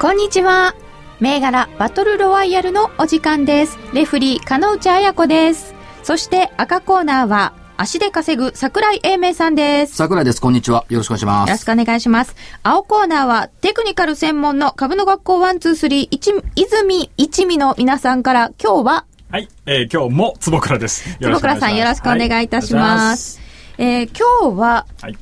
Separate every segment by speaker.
Speaker 1: こんにちは。銘柄バトルロワイヤルのお時間です。レフリー、金内彩子です。そして赤コーナーは、足で稼ぐ桜井英明さんです。
Speaker 2: 桜井です。こんにちは。よろしくお願いしま
Speaker 1: よろ
Speaker 2: す
Speaker 1: し。くお願いします。青コーナーは、テクニカル専門の株の学校123、一泉一味の皆さんから、今日は、
Speaker 3: はい、えー、今日も坪倉です。
Speaker 1: 坪倉さんよろしくお願いいたします。えー今日は、
Speaker 3: はい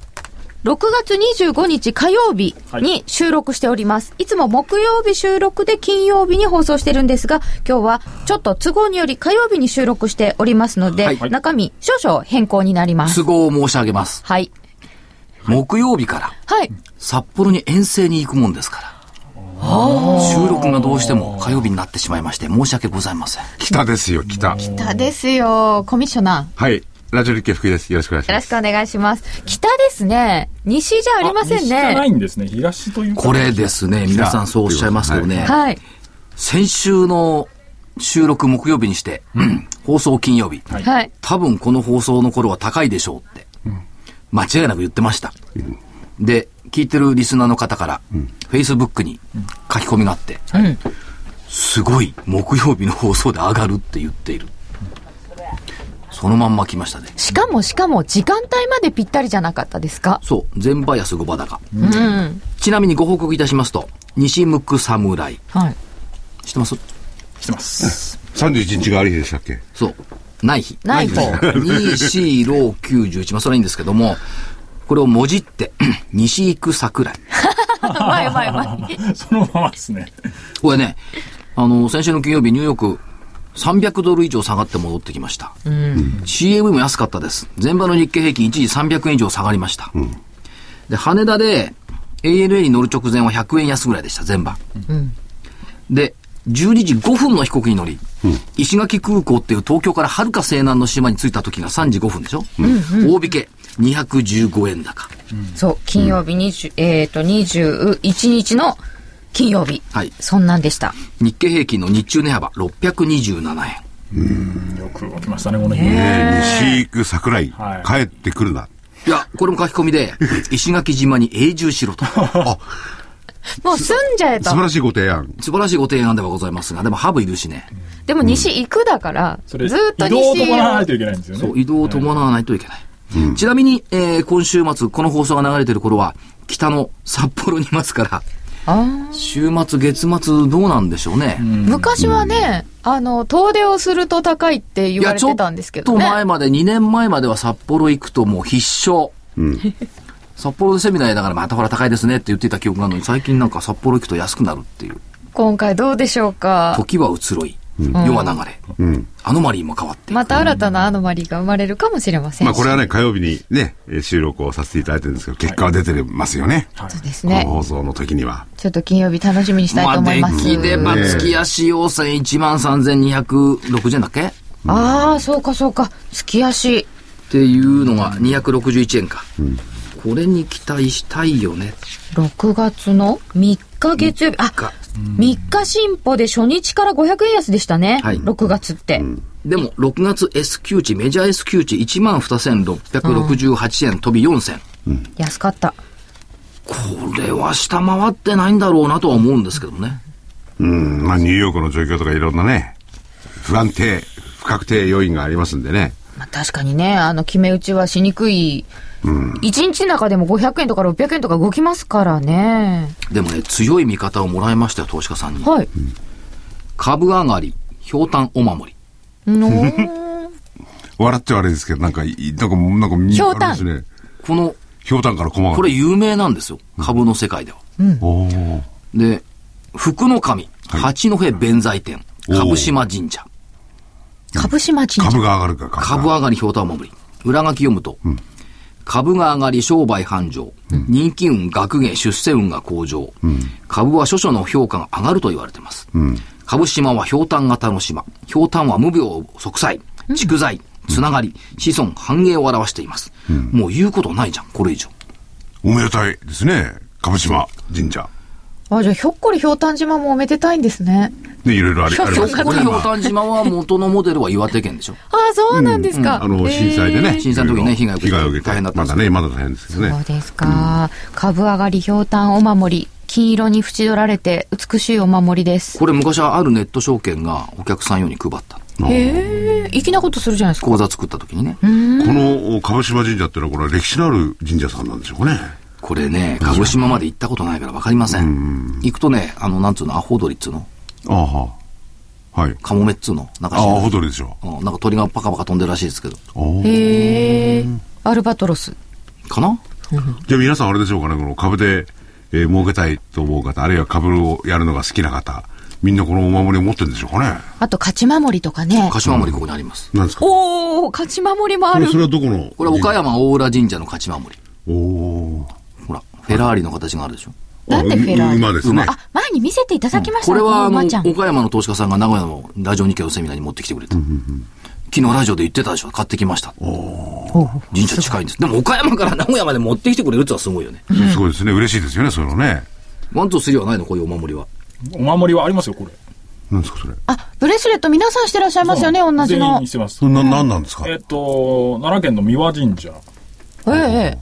Speaker 1: 6月25日火曜日に収録しております。い、つも木曜日収録で金曜日に放送してるんですが、今日はちょっと都合により火曜日に収録しておりますので、
Speaker 2: はい
Speaker 1: 中身少々変更になります。
Speaker 2: 都合を申し上げます。
Speaker 1: はい。
Speaker 2: 木曜日から
Speaker 1: はい。
Speaker 2: 札幌に遠征に行くもんですから。収録がどうしても火曜日になってしまいまして申し訳ございません。
Speaker 4: 北ですよ、北。
Speaker 1: だですよ、コミッショナー。
Speaker 4: はい。ラジオ日経福井です。よろしくお願いし
Speaker 1: よろ
Speaker 4: ま
Speaker 1: し
Speaker 4: す。
Speaker 1: くお願いします。北ですね。西じゃありません
Speaker 3: 西じゃな
Speaker 1: ね。
Speaker 3: いんですね。東というか
Speaker 2: これですね、皆さんそうおっしゃいますけどね、
Speaker 1: はい。
Speaker 2: 先週の収録木曜日にして、放送金曜日、
Speaker 3: い
Speaker 1: はい。
Speaker 2: 多分この放送の頃は高いでしょうって、間違いなく言ってました。で、聞いてるリスナーの方から、Facebook に書き込みがあって、すごい木曜日の放送で上がるって言っている。そのまんま来ましたね。
Speaker 1: しかもしかも時間帯までぴったりじゃなかったですか
Speaker 2: そう、全バイアス5場高。
Speaker 1: うん。
Speaker 2: ちなみにご報告いたしますと、西向く侍。
Speaker 1: はい。
Speaker 2: 知ってます
Speaker 3: してます。
Speaker 4: 31日がある日でしたっけ
Speaker 2: そう。ない日。
Speaker 1: ない日
Speaker 2: 2、4、6、91。まあ、それはいいんですけども、これをもじって、 西行く 桜井。
Speaker 1: うまいうまいうまい。
Speaker 3: そのままですね。
Speaker 2: これね、あの、先週の金曜日、ニューヨーク、300ドル以上下がって戻ってきました。CME も安かったです。前場の日経平均一時300円以上下がりました。で、羽田で ANA に乗る直前は100円安ぐらいでした、前場。で、12時5分の飛行機に乗り、石垣空港っていう東京からはるか西南の島に着いた時が3時5分でしょ、大引け215円高。
Speaker 1: そう、金曜日20、えっ、ー、と、21日の金曜日。
Speaker 2: はい
Speaker 1: そんなんでした。
Speaker 2: 日経平均の日中値幅627円。
Speaker 3: よく起きましたね、この日。
Speaker 4: えー西行く桜井、
Speaker 3: はい
Speaker 4: 帰ってくるな。
Speaker 2: いや、これも書き込みで、石垣島に永住しろと。
Speaker 1: もう住んじゃえ
Speaker 4: 素
Speaker 1: と
Speaker 4: 晴。らしいご提案。
Speaker 2: 素晴らしいご提案ではございますが、でもハブいるしね、
Speaker 1: でも西行くだから、ず
Speaker 3: それ、移
Speaker 1: ーっと
Speaker 3: 動を
Speaker 1: 西
Speaker 3: 伴わない
Speaker 1: を。
Speaker 3: といけないんですよね。
Speaker 2: そう移動を伴わないといけない。ちなみに、えー今週末、この放送が流れてる頃は、北の札幌にいますから、
Speaker 1: あー
Speaker 2: 週末、月末、どうなんでしょうね。
Speaker 1: 昔はね、あの、遠出をすると高いって言われ
Speaker 2: ちょ
Speaker 1: て
Speaker 2: った
Speaker 1: んですけ
Speaker 2: と
Speaker 1: どね。
Speaker 2: 前まで、2年前までは札幌行くともう必勝。 札幌でセミナーだからまたほら高いですねって言ってた記憶があるのに、最近なんか札幌行くと安くなるっていう。
Speaker 1: 今回どうでしょうか。
Speaker 2: 時は移ろい、世は流れ、アノマリーも変わっていく
Speaker 1: また新たなアノマリーが生まれるかもしれませんし。
Speaker 4: まあこれはね、火曜日にね、えー収録をさせていただいてるんですけど、結果は出てますよね。
Speaker 1: そうです
Speaker 4: この
Speaker 1: ね。
Speaker 4: 放送の時には。
Speaker 1: ちょっと金曜日楽しみにしたいと思います。
Speaker 2: できれば
Speaker 4: ね
Speaker 2: 月足要請1万3260円だっけっ
Speaker 1: ああ、そうかそうか。月足。
Speaker 2: ていうのが261円か、これに期待したいよね
Speaker 1: 6月の3日月曜日。あ、
Speaker 2: か
Speaker 1: 3日進歩で初日から500円安でしたね。
Speaker 2: はい
Speaker 1: 6月って。
Speaker 2: でも6月 S q 値メジャー S q 値1万2668円飛び4銭
Speaker 1: 安かった。
Speaker 2: これは下回ってないんだろうなとは思うんですけどね
Speaker 4: うん、まあニューヨークの状況とかいろんなね、不安定、不確定要因がありますんでね。
Speaker 1: まあ確かにね、あの、決め打ちはしにくい。一1日の中でも500円とか600円とか動きますからね。
Speaker 2: でもね強い見方をもらいましたよ投資家さんに
Speaker 1: はい。
Speaker 2: 株上がりひょうたんお守り
Speaker 1: のー
Speaker 4: 笑っちゃ悪いですけど、なんかい、なんか、なんかみ、
Speaker 1: ひょうたん
Speaker 4: あれですね。
Speaker 2: この
Speaker 4: ひょうたんから駒が。
Speaker 2: これ、有名なんですよ株の世界では
Speaker 4: おー
Speaker 2: で、福の神、八戸弁財天、
Speaker 4: おー
Speaker 2: 株島神社、
Speaker 1: 株島神社。
Speaker 4: 株が上がるか、
Speaker 2: 株
Speaker 4: が。
Speaker 2: 上がりひょうたんお守り。裏書き読むと、株が上がり商売繁盛、人気運、学芸、出世運が向上、株は諸々の評価が上がると言われています。株島は氷炭型の島、氷炭は無病息災、蓄財、つながり、子孫、繁栄を表しています。もう言うことないじゃん、これ以上。
Speaker 4: おめでたいですね。鹿島神社。
Speaker 1: あ、じゃあ、ひょっこりひょうたん島もおめでたいんですね。
Speaker 4: ね、いろいろありあります
Speaker 2: こ
Speaker 4: よ
Speaker 2: れ
Speaker 4: ね。
Speaker 2: 氷炭島は元のモデルは岩手県でしょ。
Speaker 1: あ、そうなんですか。
Speaker 4: あの、震災で
Speaker 1: へ
Speaker 4: ね。
Speaker 1: ー
Speaker 2: 震災の時ね
Speaker 4: いろい
Speaker 2: 被害を
Speaker 4: ろ
Speaker 2: 受けて
Speaker 4: 被害を受けて。
Speaker 2: 大変だった
Speaker 4: ま
Speaker 2: んです
Speaker 4: だね、まだ大変ですけど
Speaker 1: そう
Speaker 4: ね。
Speaker 1: ですか。株上がりひょうたんお守り。金色に縁取られて美しいお守りです。
Speaker 2: これ昔はあるネット証券がお客さん用に配った。
Speaker 1: へえ、粋なことするじゃないですか。
Speaker 2: 口座作った時にね。
Speaker 4: この鹿島神社っていうのは、これは歴史のある神社さんなんでしょうかね。
Speaker 2: これね、鹿児島まで行ったことないから分かりません。行くとね、あの、なんつうの、アホ鳥っつうの、
Speaker 4: あは。はい。
Speaker 2: カモメっつうの、なんか
Speaker 4: あ
Speaker 2: 知
Speaker 4: あ、
Speaker 2: らない
Speaker 4: ほどりでしょ
Speaker 2: うんなんか鳥がパカパカ飛んでるらしいですけど。
Speaker 4: う。ああ
Speaker 1: へえ、アルバトロス。
Speaker 2: かな
Speaker 4: じゃあ皆さんあれでしょうかね、この株で、えー儲けたいと思う方、あるいは株をやるのが好きな方、みんなこのお守りを持ってるんでしょうかね。
Speaker 1: あと、勝ち守りとかね。
Speaker 2: 鹿島守ここにあります。
Speaker 4: なんですかこ
Speaker 1: おお、勝ち守りもあ
Speaker 4: れ、
Speaker 1: る
Speaker 4: そ。れはどこの
Speaker 2: これは岡。山大浦神社の勝ち守り。
Speaker 4: おおー。
Speaker 2: ほら、フェラーリの形があるでしょ。
Speaker 1: なんでフェラーリ
Speaker 4: あう馬ですね。
Speaker 1: あ、前に見せていただきました
Speaker 2: これはあの、
Speaker 1: 馬ちゃん。
Speaker 2: 岡山の投資家さんが名古屋のラジオ日経のセミナーに持ってきてくれた。昨日ラジオで言ってたでしょ買ってきました。神社近いんです。でも岡山から名 古屋まで持ってきてくれるってのはすごいよね。
Speaker 4: うんすごいですね。嬉しいですよね、それはね。
Speaker 2: ワンツースリーはないのこういうお守りは。
Speaker 3: お守りはありますよ、これ。
Speaker 4: なんですか、それ。
Speaker 1: あ、ブレスレット皆さんしてらっしゃいますよね、同じ
Speaker 3: 全員
Speaker 1: の
Speaker 3: にし。てます
Speaker 4: そ。れな、なんなんですか
Speaker 3: えっと、奈良県の三輪神社
Speaker 1: えええ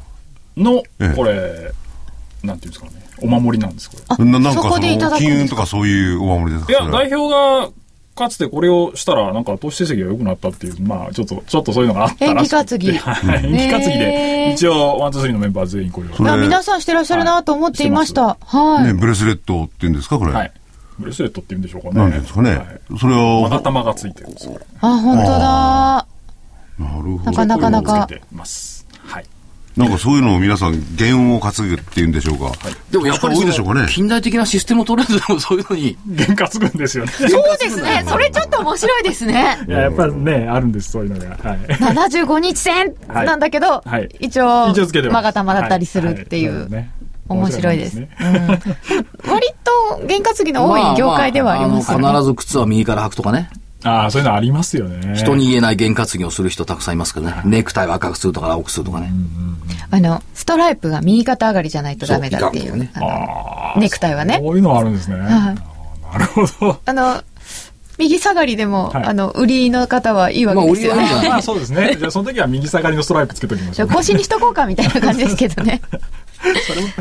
Speaker 1: え。
Speaker 3: の
Speaker 4: ええ、
Speaker 3: これ、なんていうんですかね、お守りなんです、これ。
Speaker 1: あ
Speaker 4: ななんか
Speaker 1: そ
Speaker 4: そ
Speaker 1: こ
Speaker 4: の
Speaker 1: でいただくん
Speaker 4: 金
Speaker 1: で
Speaker 4: 運
Speaker 1: す
Speaker 4: と
Speaker 1: か。
Speaker 4: かそういうお守りですか
Speaker 3: いや、
Speaker 4: それは
Speaker 3: 代表が、かつてこれをしたら、なんか投資成績が良くなったっていう、まあ、ちょっと、ちょっとそういうのがあったらしくて
Speaker 1: 縁起担ぎ
Speaker 3: はい。縁起担ぎ
Speaker 1: へ
Speaker 3: で、
Speaker 1: ー
Speaker 3: 一応、ワン、ツー、スリーのメンバー全員これは。
Speaker 4: ね
Speaker 1: あ皆さんしてらっしゃるなと思っていました。は
Speaker 4: ね、
Speaker 1: い。
Speaker 4: ブレスレットっていうんですか、これ。
Speaker 3: はい。ブレスレットって言うんでしょうかね。
Speaker 4: なんていうんですかね。
Speaker 3: はい
Speaker 4: それ
Speaker 3: まが
Speaker 4: は、
Speaker 3: 玉がついてるんですよ。
Speaker 1: あ、本当だ。
Speaker 4: なるほ
Speaker 1: な
Speaker 4: ど
Speaker 1: か。なかな
Speaker 3: こういうのを
Speaker 1: か
Speaker 3: つ。けてます。はい。
Speaker 4: なんかそういうのを皆さん、原運を担ぐっていうんでしょうか。
Speaker 2: でもやっぱり
Speaker 4: 多
Speaker 2: そ
Speaker 4: い
Speaker 2: の
Speaker 4: でしょうかね。
Speaker 2: 近代的なシステムを取り入れてもそういうのに、
Speaker 3: 原価つくんですよね。。
Speaker 1: そうです ね。それちょっと面白いですね
Speaker 3: いや、やっぱりね、あるんです、そういうのが。はい。
Speaker 1: 75日線なんだけど
Speaker 3: はい、
Speaker 1: 一応、
Speaker 3: 一応つけてます。
Speaker 1: まがたまだったりするってい
Speaker 3: ははそう
Speaker 1: う。
Speaker 3: ね
Speaker 1: 面白いです。う
Speaker 3: 面
Speaker 1: ん
Speaker 3: 白
Speaker 1: 割と、験担ぎの多い業界ではあります
Speaker 2: あ
Speaker 1: よ
Speaker 2: の
Speaker 1: ね。
Speaker 2: 必ず靴は右から履くとかね、
Speaker 3: ああ、そういうのありますよね。
Speaker 2: 人に言えない験担ぎをする人たくさんいますけどね、ネクタイは赤くするとか青くするとかね、
Speaker 1: あの、ストライプが右肩上がりじゃないとダメだってい。
Speaker 2: そうういかんと
Speaker 1: あのネクタイはね。
Speaker 3: こういうのあるんですね。
Speaker 1: は
Speaker 3: ないるほど。
Speaker 1: あの、右下がりでも、
Speaker 3: はい
Speaker 1: あの、売りの方はいいわけですよ
Speaker 2: まあ売りはい
Speaker 1: ね。
Speaker 2: いんじゃない
Speaker 3: まあそうですね。じゃあその時は右下がりのストライプつけときまし
Speaker 1: じ
Speaker 3: ょ
Speaker 1: ゃ
Speaker 3: う
Speaker 1: あ。腰にしとこうかみたいな感じですけど ね。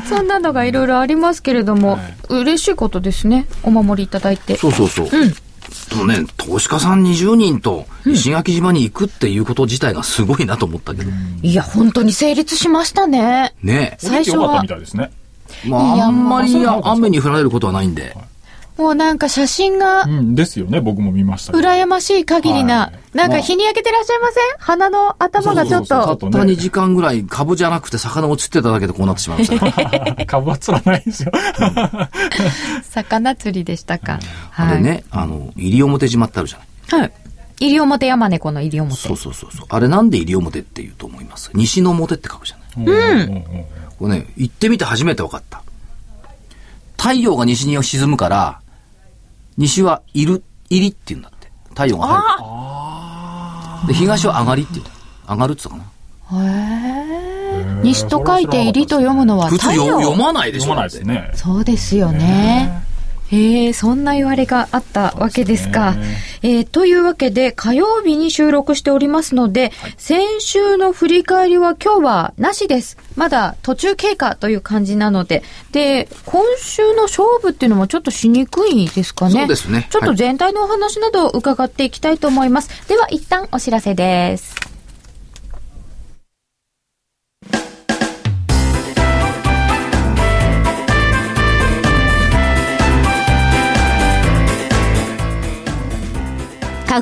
Speaker 1: そんなのがいろいろありますけれども、嬉しいことですね。お守りいただいて。
Speaker 2: そうそうそう、でもね、投資家さん20人と石垣島に行くっていうこと自体がすごいなと思ったけど、
Speaker 1: いや、本当に成立しましたね。
Speaker 2: ね
Speaker 3: お天気良かったみたいですね。
Speaker 2: まあ
Speaker 1: いや
Speaker 2: あんま
Speaker 3: まあそう
Speaker 2: り
Speaker 3: いうのもあるんですか
Speaker 2: 雨に降られることはないんで、
Speaker 1: もうなんか写真が
Speaker 3: うん、ですよね。僕も見ましたけど。
Speaker 1: 羨ましい限りな、
Speaker 3: はい
Speaker 1: なんか日に焼けてらっしゃいません鼻の頭がちょっ
Speaker 3: そうそうそう
Speaker 1: と
Speaker 3: そう。
Speaker 2: たった2時間ぐらい株じゃなくて魚落ちてただけでこうなってしまいましたね
Speaker 3: 株はつらないですよ。
Speaker 1: 魚釣りでしたか。
Speaker 2: あ
Speaker 1: は
Speaker 2: れ
Speaker 1: い。
Speaker 2: ね、あの、西表島ってあるじゃない。
Speaker 1: はい。西表山猫の西表。
Speaker 2: そうそうそうそう。あれなんで西表って言うと思います西の表って書くじゃない。
Speaker 3: うん。
Speaker 2: これね、行ってみて初めて分かった。太陽が西に沈むから、西は入る、入りって言うんだって。太陽が入る。で、東は上がりって言うんだ。上がるって言ったか
Speaker 1: へえ。西と書いて入りと読むのは
Speaker 2: な。普通
Speaker 1: 太
Speaker 2: 読
Speaker 1: 陽。
Speaker 2: 読まないでし
Speaker 3: 読
Speaker 2: ょ。
Speaker 3: まないで
Speaker 2: だっ
Speaker 3: す
Speaker 2: て
Speaker 3: ね。
Speaker 1: そうですよね。へえ、そんな言われがあったわけですか。えーというわけで、火曜日に収録しておりますので、先週の振り返りは今日はなしです。まだ途中経過という感じなので、で、今週の勝負っていうのもちょっとしにくいですかね。
Speaker 2: そうですね
Speaker 1: ちょっと全体のお話などを伺っていきたいと思います。では、一旦お知らせです。
Speaker 5: 花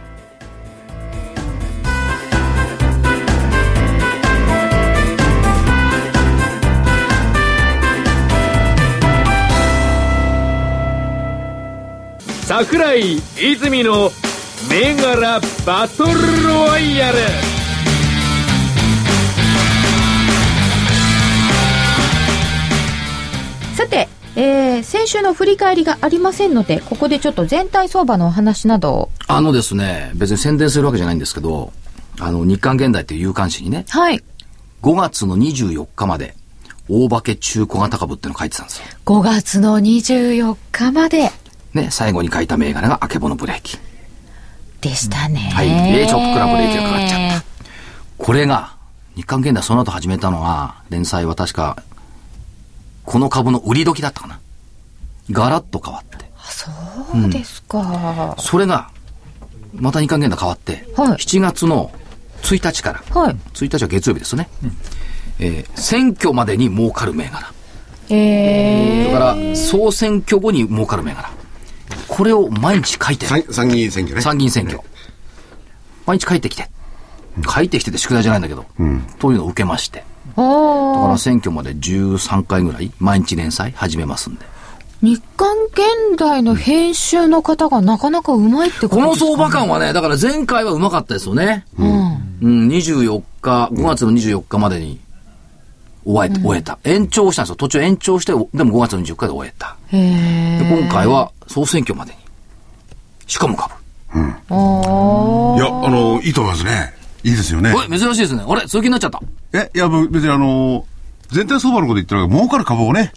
Speaker 6: 桜井泉の銘柄バトルロワイヤル
Speaker 1: さて、えー、先週の振り返りがありませんので、ここでちょっと全体相場のお話などを。
Speaker 2: あのですね、別に宣伝するわけじゃないんですけど、あの、日刊現代という有刊誌にね、
Speaker 1: はい。
Speaker 2: 5月の24日まで、大化け中古型株っての書いてたんですよ。
Speaker 1: 5月の24日まで
Speaker 2: ね、最後に書いた銘柄があけぼのブレーキ。
Speaker 1: でしたね。
Speaker 2: はい。で、チョップクラブレーキがかかっちゃった。これが、日刊現代その後始めたのは、連載は確か、この株の売り時だったかな。ガラッと変わって。
Speaker 1: た。そうですか。
Speaker 2: それが、また日刊現代変わって、
Speaker 1: はい
Speaker 2: 7月の1日から、
Speaker 1: はい。
Speaker 2: 1日は月曜日ですね。えー選挙までに儲かる銘柄。
Speaker 1: えー、
Speaker 2: だから、総選挙後に儲かる銘柄。これを毎日書いてる。
Speaker 4: 参参議院選挙ね。
Speaker 2: 参議院選挙。毎日帰ってきて。帰ってきてって宿題じゃないんだけど。というのを受けまして。だか
Speaker 1: あ
Speaker 2: ら
Speaker 1: あ、
Speaker 2: 選挙まで13回ぐらい、毎日連載始めますんで。
Speaker 1: 日刊現代の編集の方がなかなかうまいってこと
Speaker 2: この
Speaker 1: ですか
Speaker 2: 相場感はね、だから前回はうまかったですよね。うん、24日、5月の24日までに、終えた、終えた。延長したんですよ。途中延長して、でも5月の24日で終えた。
Speaker 1: へえ。
Speaker 2: で、今回は総選挙までに、仕込む株。
Speaker 1: あ
Speaker 4: いや、あの、いいと思いますね。いいですよね。
Speaker 2: おい、珍しいですね。あれ、続きになっちゃった。
Speaker 4: え、いや、ぶ別にあの、全体相場のこと言ってるから、儲かる株をね、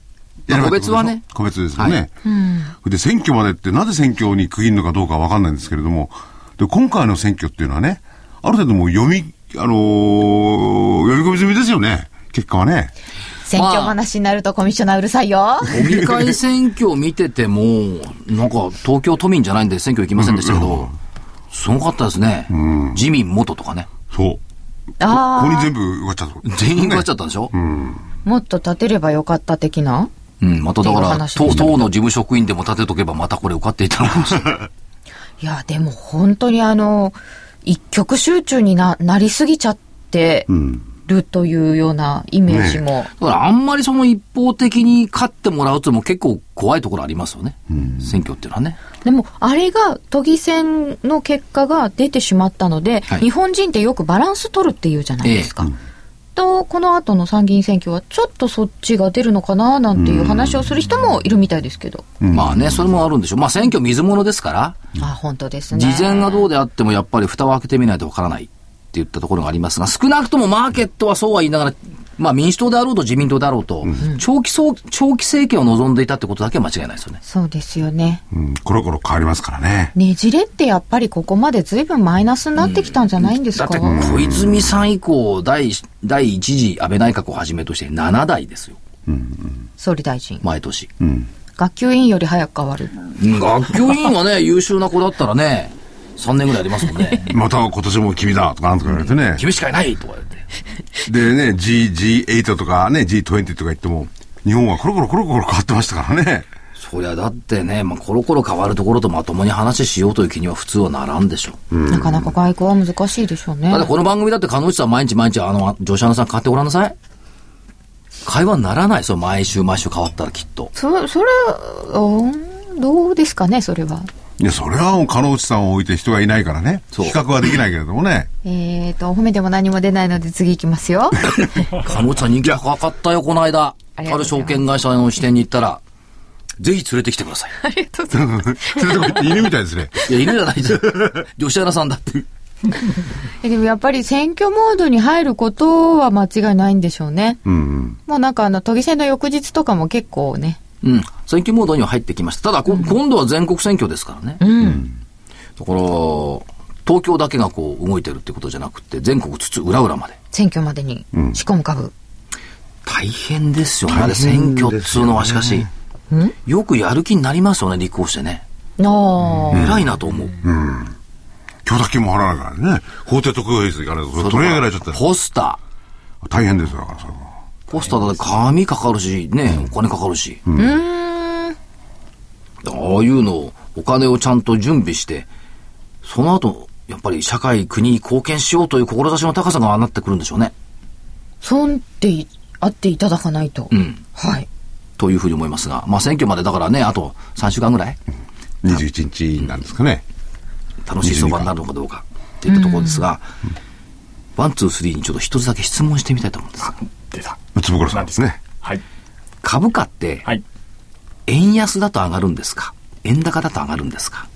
Speaker 4: やればいいって
Speaker 2: 個別
Speaker 4: ことでしょ
Speaker 2: はね
Speaker 4: 個別ですよね。
Speaker 2: はい
Speaker 4: で、選挙までって、なぜ選挙に区切るのかどうかわかんないんですけれども、で、今回の選挙っていうのはね、ある程度もう読み、あのー読み込み済みですよね。結果はね。
Speaker 1: あ。選挙話になるとコミッショナーうるさいよ。
Speaker 2: 都議会選挙を見てても、なんか東京都民じゃないんで選挙行きませんでしたけど、すごかったですね。自民元とかね。
Speaker 4: そう。ここ
Speaker 1: あ
Speaker 4: に全部受かっちゃった。
Speaker 2: 全員変わっちゃ
Speaker 4: っ
Speaker 2: ったんでしょ、
Speaker 1: あ、もっと立てればよかった的な
Speaker 2: うん、まただか
Speaker 1: ってい
Speaker 2: ら、
Speaker 1: う話で
Speaker 2: 党
Speaker 1: したね
Speaker 2: 党の事務職員でも立てとけばまたこれ受かっていたのかもしれ ない。
Speaker 1: いや、でも本当にあの、一極集中にななりすぎちゃってるというようなイメージも。
Speaker 2: だからあんまりその一方的に勝ってもらうっていうのも結構怖いところありますよね。選挙っていうのはね。
Speaker 1: でも、あれが都議選の結果が出てしまったので、
Speaker 2: はい
Speaker 1: 日本人ってよくバランス取るっていうじゃないですか。と、この後の参議院選挙はちょっとそっちが出るのかななんていう話をする人もいるみたいですけど。
Speaker 2: まあね、それもあるんでしょう。まあ選挙水物ですから、
Speaker 1: あ、本当ですね。
Speaker 2: 事前がどうであってもやっぱり蓋を開けてみないとわからないって言ったところがありますが、少なくともマーケットはそうは言いながら、まあ民主党であろうと自民党であろうと、長期そう長期政権を望んでいたってことだけは間違いないですよね。
Speaker 1: そうですよね。
Speaker 4: うん、コロコロ変わりますからね。
Speaker 1: ねじれってやっぱりここまで随分マイナスになってきたんじゃないんです
Speaker 2: だ
Speaker 1: か、
Speaker 2: って小泉さん以降、第一第1次安倍内閣をはじめとして7代ですよ、
Speaker 1: 総理大臣。
Speaker 2: 毎年。
Speaker 1: 学級委員より早く変わる。
Speaker 2: うん学級委員はね、 優秀な子だったらね、3年ぐらいありますもんね。
Speaker 4: また今年も君だとかなんとか言われてね。
Speaker 2: 君しかいないとか言って。
Speaker 4: でね、G、G8 とかね、G20 とか言っても、日本はコロコロコロコロ変わってましたからね。
Speaker 2: そりゃだってね、まあ、コロコロ変わるところとまともに話しようという気には普通はならんでしょう。
Speaker 1: なかなか外交は難しいでしょうね
Speaker 2: だっ。てこの番組だって、彼女さん毎日毎日、あの、女子アナさん買ってごらんなさい。会話にならないですよ、毎週毎週変わったらきっと。
Speaker 1: そ、それ、うんどうですかね、それは。
Speaker 4: いや、それはもう、かのうちさんを置いて人がいないからね。
Speaker 2: そう
Speaker 4: 比較はできないけれどもね。
Speaker 1: えーと、褒めても何も出ないので次行きます よ。
Speaker 2: かのうちさん人気高かったよ、この間。
Speaker 1: あ
Speaker 2: あ
Speaker 1: りがとう
Speaker 2: る
Speaker 1: ございます
Speaker 2: 証券会社の支店に行ったら、ぜひ連れてきてくだ さい。
Speaker 4: それとこって犬みたいですね。
Speaker 2: いや、犬じゃないじゃん。 女子アナさんだって。
Speaker 1: えでもやっぱり選挙モードに入ることは間違いないんでしょうね。
Speaker 4: うんうん。
Speaker 1: もうなんかあの、都議選の翌日とかも結構ね。
Speaker 2: うん。選挙モードには入ってきました。ただ、こ今度は全国選挙ですからね。
Speaker 1: うん。
Speaker 2: だから、東京だけがこう動いてるってことじゃなくて、全国津々浦々まで。
Speaker 1: 選挙までに仕込む株。
Speaker 2: 大変ですよね。
Speaker 4: 大変ですよね
Speaker 2: 選挙っつうのはしかし、
Speaker 1: うん
Speaker 2: よくやる気になりますよね、立候補してね。
Speaker 1: ああ。
Speaker 2: 偉いなと思う。
Speaker 4: 許諾金も払わないからね。法廷特許費行かないと、それ取り上げられちゃったら
Speaker 2: ポスタ
Speaker 4: 大変ですよ、だからそれも
Speaker 2: ー。ポスターだって紙かかるし、ね、お金かかるし。ああいうのを、お金をちゃんと準備して、その後、やっぱり社会、国に貢献しようという志の高さがなってくるんでしょうね。
Speaker 1: 損っていあっていただかないと。
Speaker 2: うん。
Speaker 1: はい。
Speaker 2: というふうに思いますが、まあ選挙までだからね、あと3週間ぐらい、
Speaker 4: 21日なんですかね。
Speaker 2: 楽しい相場になるのかどうか、っていったところですが、ワン、ツー、スリーにちょっと一つだけ質問してみたいと思うんです。
Speaker 3: 出た。
Speaker 4: 坪倉さんですね。
Speaker 3: はい。
Speaker 2: 株価って、
Speaker 3: はい。
Speaker 2: 円安だと上がるんですか円高だと上がるんですか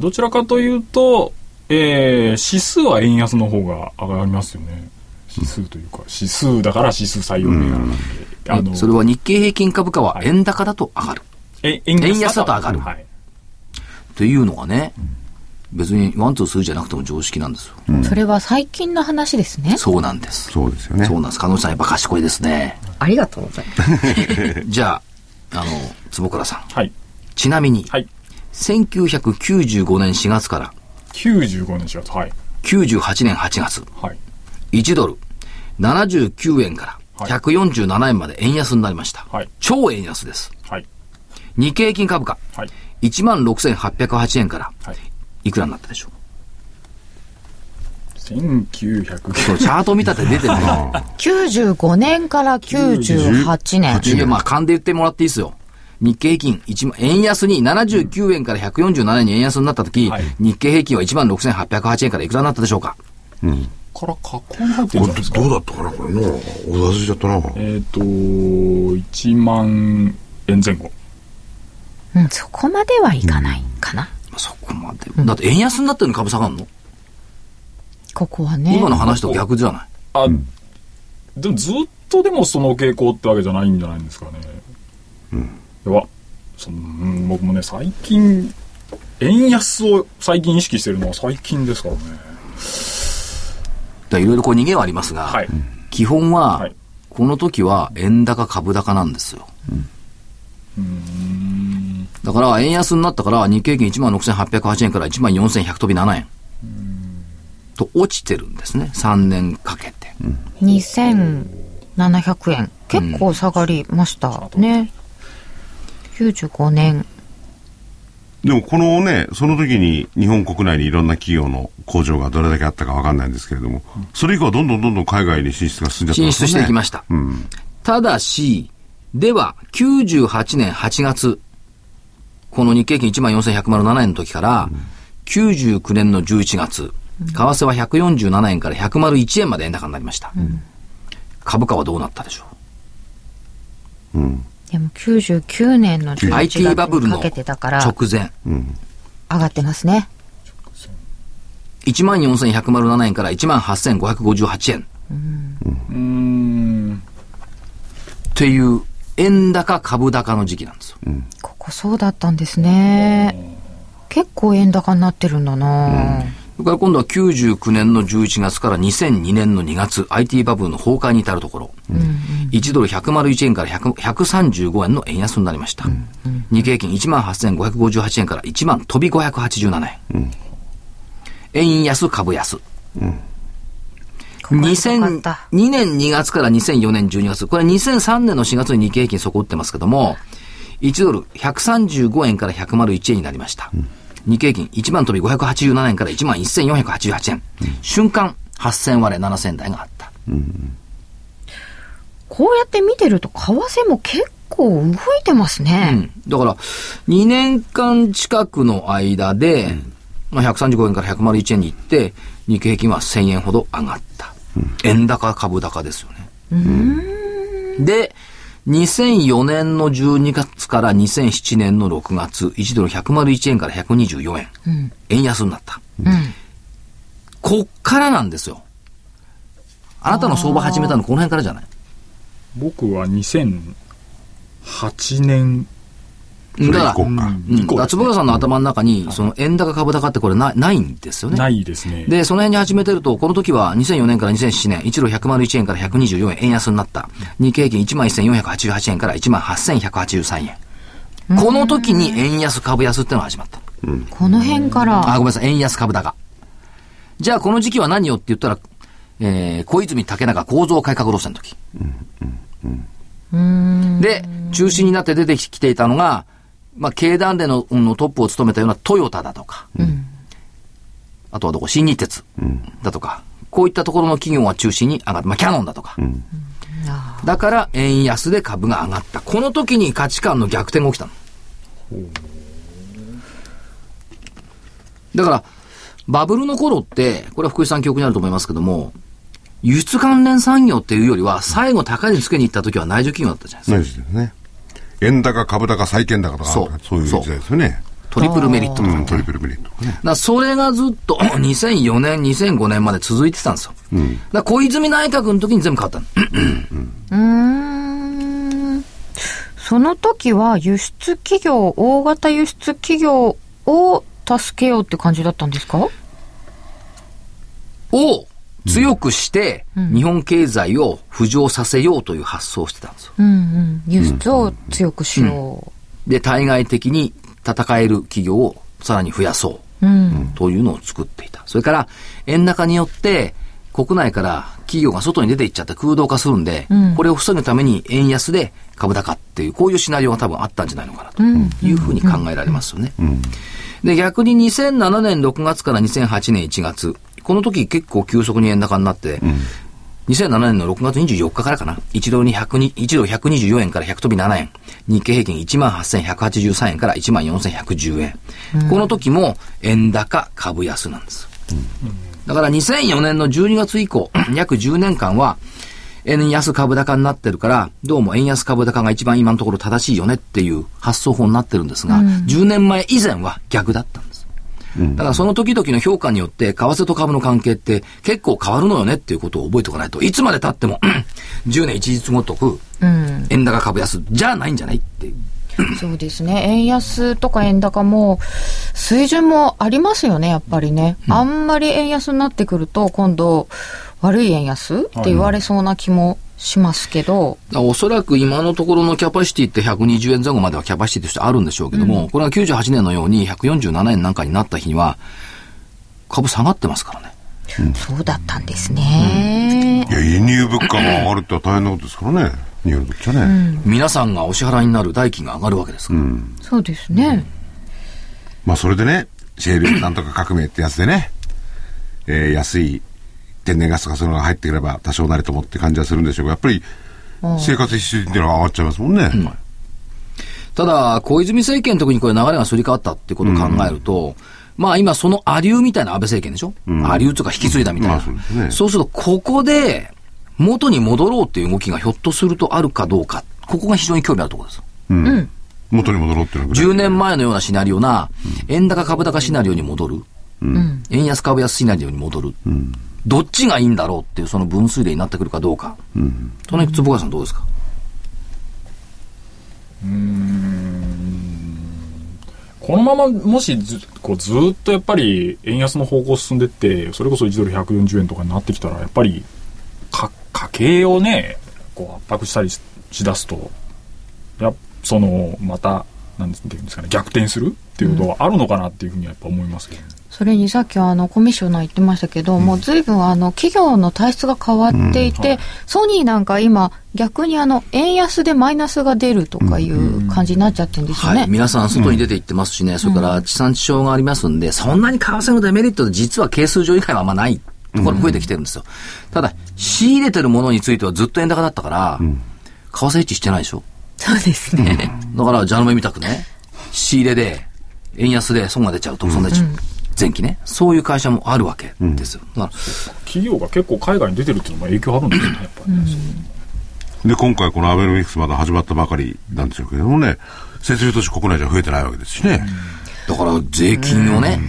Speaker 3: どちらかというと、えー、指数は円安の方が上がりますよね。指数というか、指数だから指数採用銘柄なんで。あの
Speaker 2: それは日経平均株価は円高だと上がる。
Speaker 3: え円
Speaker 2: 円安だと上がる
Speaker 3: はい。
Speaker 2: っていうのがね、別にワンツースリーじゃなくても常識なんですよ。
Speaker 1: それは最近の話ですね。
Speaker 2: そうなんです。
Speaker 4: そうですよね。
Speaker 2: そうなんです。加納さんやっぱ賢いですね。
Speaker 1: ありがとうございます。
Speaker 2: じゃあ、あの、坪倉さん。
Speaker 3: はい。
Speaker 2: ちなみに、
Speaker 3: はい。
Speaker 2: 1995年4月から
Speaker 3: 95年4月。はい。
Speaker 2: 98年8月、
Speaker 3: はい。
Speaker 2: 1ドル79円から
Speaker 3: は
Speaker 2: 147円まで円安になりました。
Speaker 3: はい
Speaker 2: 超円安です。
Speaker 3: はい。
Speaker 2: 日経平均株価、
Speaker 3: はい。
Speaker 2: 16,808円から
Speaker 3: はい。
Speaker 2: いくらになったでしょう
Speaker 3: 1900。
Speaker 2: そうチャート見たって出て ない。
Speaker 1: 95年から98年。
Speaker 2: いや、まあ、勘で言ってもらっていいですよ。日経平均1万、円安に79円から147円に円安になったとき、
Speaker 3: はい
Speaker 2: 日経平均は16,808円からいくらになったでしょうか
Speaker 3: から加工に入ってるんじゃ
Speaker 4: これ
Speaker 3: ないですか
Speaker 4: ど。うだったかな、これな。お忘れしちゃったな。
Speaker 3: えっ、と、1万円前後。
Speaker 1: うん、そこまではいかないかな。
Speaker 2: まあそこまで。だって円安になってるのに株下がるの
Speaker 1: ここはね。
Speaker 2: 今の話と逆じゃない。
Speaker 3: あ、でもずっとでもその傾向ってわけじゃないんじゃないんですかね。うん。いや、その、うん僕もね、最近、円安を最近意識してるのは最近ですからね。
Speaker 2: だからいろいろこう逃げはありますが、
Speaker 3: はい。
Speaker 2: 基本は、
Speaker 3: はい
Speaker 2: この時は円高株高なんですよ。だから、円安になったから、日経平均16,808円から14,100飛び7円。と落ちてるんですね。3年かけて。
Speaker 1: 2700円。結構下がりましたね。95年。
Speaker 4: でもこのね、その時に日本国内にいろんな企業の工場がどれだけあったかわかんないんですけれども、それ以降はどんどんどんどん海外に進出が進んじゃった
Speaker 2: 進
Speaker 4: んです
Speaker 2: 出
Speaker 4: ね
Speaker 2: していきました。
Speaker 4: うん。
Speaker 2: ただし、では、98年8月、この日経平均14,107円の時から、99年の11月、為替は147円から101円まで円高になりました。株価はどうなったでしょ
Speaker 4: うん。
Speaker 1: でも99年の
Speaker 2: う
Speaker 1: 11月
Speaker 2: ?IT バブル
Speaker 1: に
Speaker 2: の
Speaker 1: かけ
Speaker 2: 直
Speaker 1: てだから
Speaker 2: 前、
Speaker 4: うん。
Speaker 1: 上がってますね。
Speaker 2: 14,107円から18,558円
Speaker 3: うーん。
Speaker 2: っていう、円高株高の時期なんですよ。
Speaker 1: ここそうだったんですね。結構円高になってるんだな、
Speaker 2: それから今度は99年の11月から2002年の2月、IT バブルの崩壊に至るところ、1ドル101円から100 135円の円安になりました。日経平均18,558円から1万飛び587円。円安株安。
Speaker 1: ここが良かっ
Speaker 2: 2002
Speaker 1: た
Speaker 2: 年2月から2004年12月、これは2003年の4月に日経平均そこ打ってますけども、1ドル135円から101円になりました。日経平均1万飛び587円から1万1488円。瞬間、8000割れ7000台があった。
Speaker 1: こうやって見てると為替も結構動いてます
Speaker 2: う
Speaker 1: ね。
Speaker 2: ん。だから、2年間近くの間で、まあ、135円から101円に行って、日経平均は1000円ほど上がった。円高株高ですよね。で、2004年の12月から2007年の6月、1ドル101円から124円。円安になった。こっからなんですよ。あなたの相場始めたのこの辺からじゃない
Speaker 3: 僕は2008年
Speaker 4: それ
Speaker 2: だか
Speaker 4: 以降
Speaker 2: ら、
Speaker 4: か。
Speaker 2: うん、坪倉さんの頭の中に、その円高株高ってこれなないんですよね。
Speaker 3: ないですね。
Speaker 2: で、その辺に始めてると、この時は2004年から2007年、1ドル101円から124円円安になった。日経平均11,488円から18,183円。この時に円安株安ってのが始まった。
Speaker 1: この辺から。
Speaker 2: あ、ごめんなさい、円安株高。じゃあこの時期は何よって言ったら、えー、小泉竹中構造改革路線の時。で、中心になって出てきていたのが、まあ、経団連ののトップを務めたようなトヨタだとか、あとはどこ、新日鉄だとか、こういったところの企業が中心に上がる。まあ、キャノンだとか。だから、円安で株が上がった。この時に価値観の逆転が起きたの。だから、バブルの頃って、これは福井さん記憶にあると思いますけども、輸出関連産業っていうよりは、最後高値つけに行った時は内需企業だったじゃないですか。
Speaker 4: ないですよね。円高、株高、債券高とか、
Speaker 2: そう
Speaker 4: そういう時代ですよね。
Speaker 2: トリプルメリットとか。だか
Speaker 4: うん、トリプルメリットとかね。
Speaker 2: らそれがずっと 2004年、2005年まで続いてたんですよ。だから小泉内閣の時に全部変わったの。
Speaker 1: うーんその時は輸出企業、大型輸出企業を助けようって感じだったんですか
Speaker 2: を強くして、日本経済を浮上させようという発想をしてたんですよ。
Speaker 1: うんうん。輸出を強くしよ
Speaker 2: で、対外的に戦える企業をさらに増やそう。
Speaker 1: う。うん。
Speaker 2: というのを作っていた。それから、円高によって、国内から企業が外に出ていっちゃって空洞化するんで、これを防ぐために円安で株高っていう、こういうシナリオが多分あったんじゃないのかなというふうに考えられますよね。で、逆に2007年6月から2008年1月、この時結構急速に円高になって、2007年の6月24日からかな。1ドルに102 1ドル124円から100飛び7円。日経平均18,183円から14,110円。この時も円高株安なんです。だから2004年の12月以降、 約10年間は、円安株高になってるから、どうも円安株高が一番今のところ正しいよねっていう発想法になってるんですが、10年前以前は逆だったんです。だからその時々の評価によって、為替と株の関係って結構変わるのよねっていうことを覚えておかないと、いつまで経っても、10年一日ごとく、円高株安じゃないんじゃないっていう。
Speaker 1: そうですね。円安とか円高も、水準もありますよね、やっぱりね。あんまり円安になってくると、今度、悪い円安って言われそうな気もしますけど、
Speaker 2: だからおそらく今のところのキャパシティって120円前後まではキャパシティとしてあるんでしょうけども、これが98年のように147円なんかになった日には、株下がってますからね。
Speaker 1: そうだったんですね
Speaker 4: い。や、輸入物価が上がるって大変なことですからね。日本にとっちゃね。
Speaker 2: 皆さんがお支払いになる代金が上がるわけですから。
Speaker 1: そうですね。
Speaker 4: まあ、それでね、シェールなんとか革命ってやつでね、えー安い天然ガスとかそういうのが入ってくれば多少なりともって感じはするんでしょうが、やっぱり生活必需品っていうのは上がっちゃいますもんね。
Speaker 2: ただ、小泉政権の時にこれ流れがすり替わったってことを考えると、まあ今そのアリューみたいな安倍政権でしょ、アリューとか引き継いだみたいな。
Speaker 4: まあそうですね
Speaker 2: そうすると、ここで元に戻ろうっていう動きがひょっとするとあるかどうか、ここが非常に興味あるところです。
Speaker 4: 元に戻ろうっていうのが。
Speaker 2: 10年前のようなシナリオな、円高株高シナリオに戻る、円安株安シナリオに戻る、どっちがいいんだろうっていうその分水嶺になってくるかどうか、その辺坪川さんどうですか
Speaker 3: このままもしずこうずーっとやっぱり円安の方向進んでってそれこそ1ドル140円とかになってきたらやっぱりか家計をねこう圧迫したりししだすとやそのまたなんていうんですかね逆転するっていうことはあるのかなっていうふうにはやっぱ思いますけどね、
Speaker 1: それにさっきはあのコミッショナー言ってましたけど、もう随分あの企業の体質が変わっていて、ソニーなんか今逆にあの円安でマイナスが出るとかいう感じになっちゃってるんですよね。
Speaker 2: はい。皆さん外に出て行ってますしね、それから地産地消がありますんで、そんなに為替のデメリットで実は係数上以外はあんまないところも増えてきてるんですよ。ただ、仕入れてるものについてはずっと円高だったから、為替一致してないでしょ
Speaker 1: そうですね。
Speaker 2: だから、じゃの目みたくね、仕入れで、円安で損が出ちゃうと、そんな前期ね、そういう会社もあるわけですよ。だから、
Speaker 3: 企業が結構海外に出てるっていうのも影響あるんですよね、やっぱりね。
Speaker 4: で、今回このアベノミクスまだ始まったばかりなんでしょうけどもね、設備投資国内じゃ増えてないわけですしね。
Speaker 2: だから税金をね、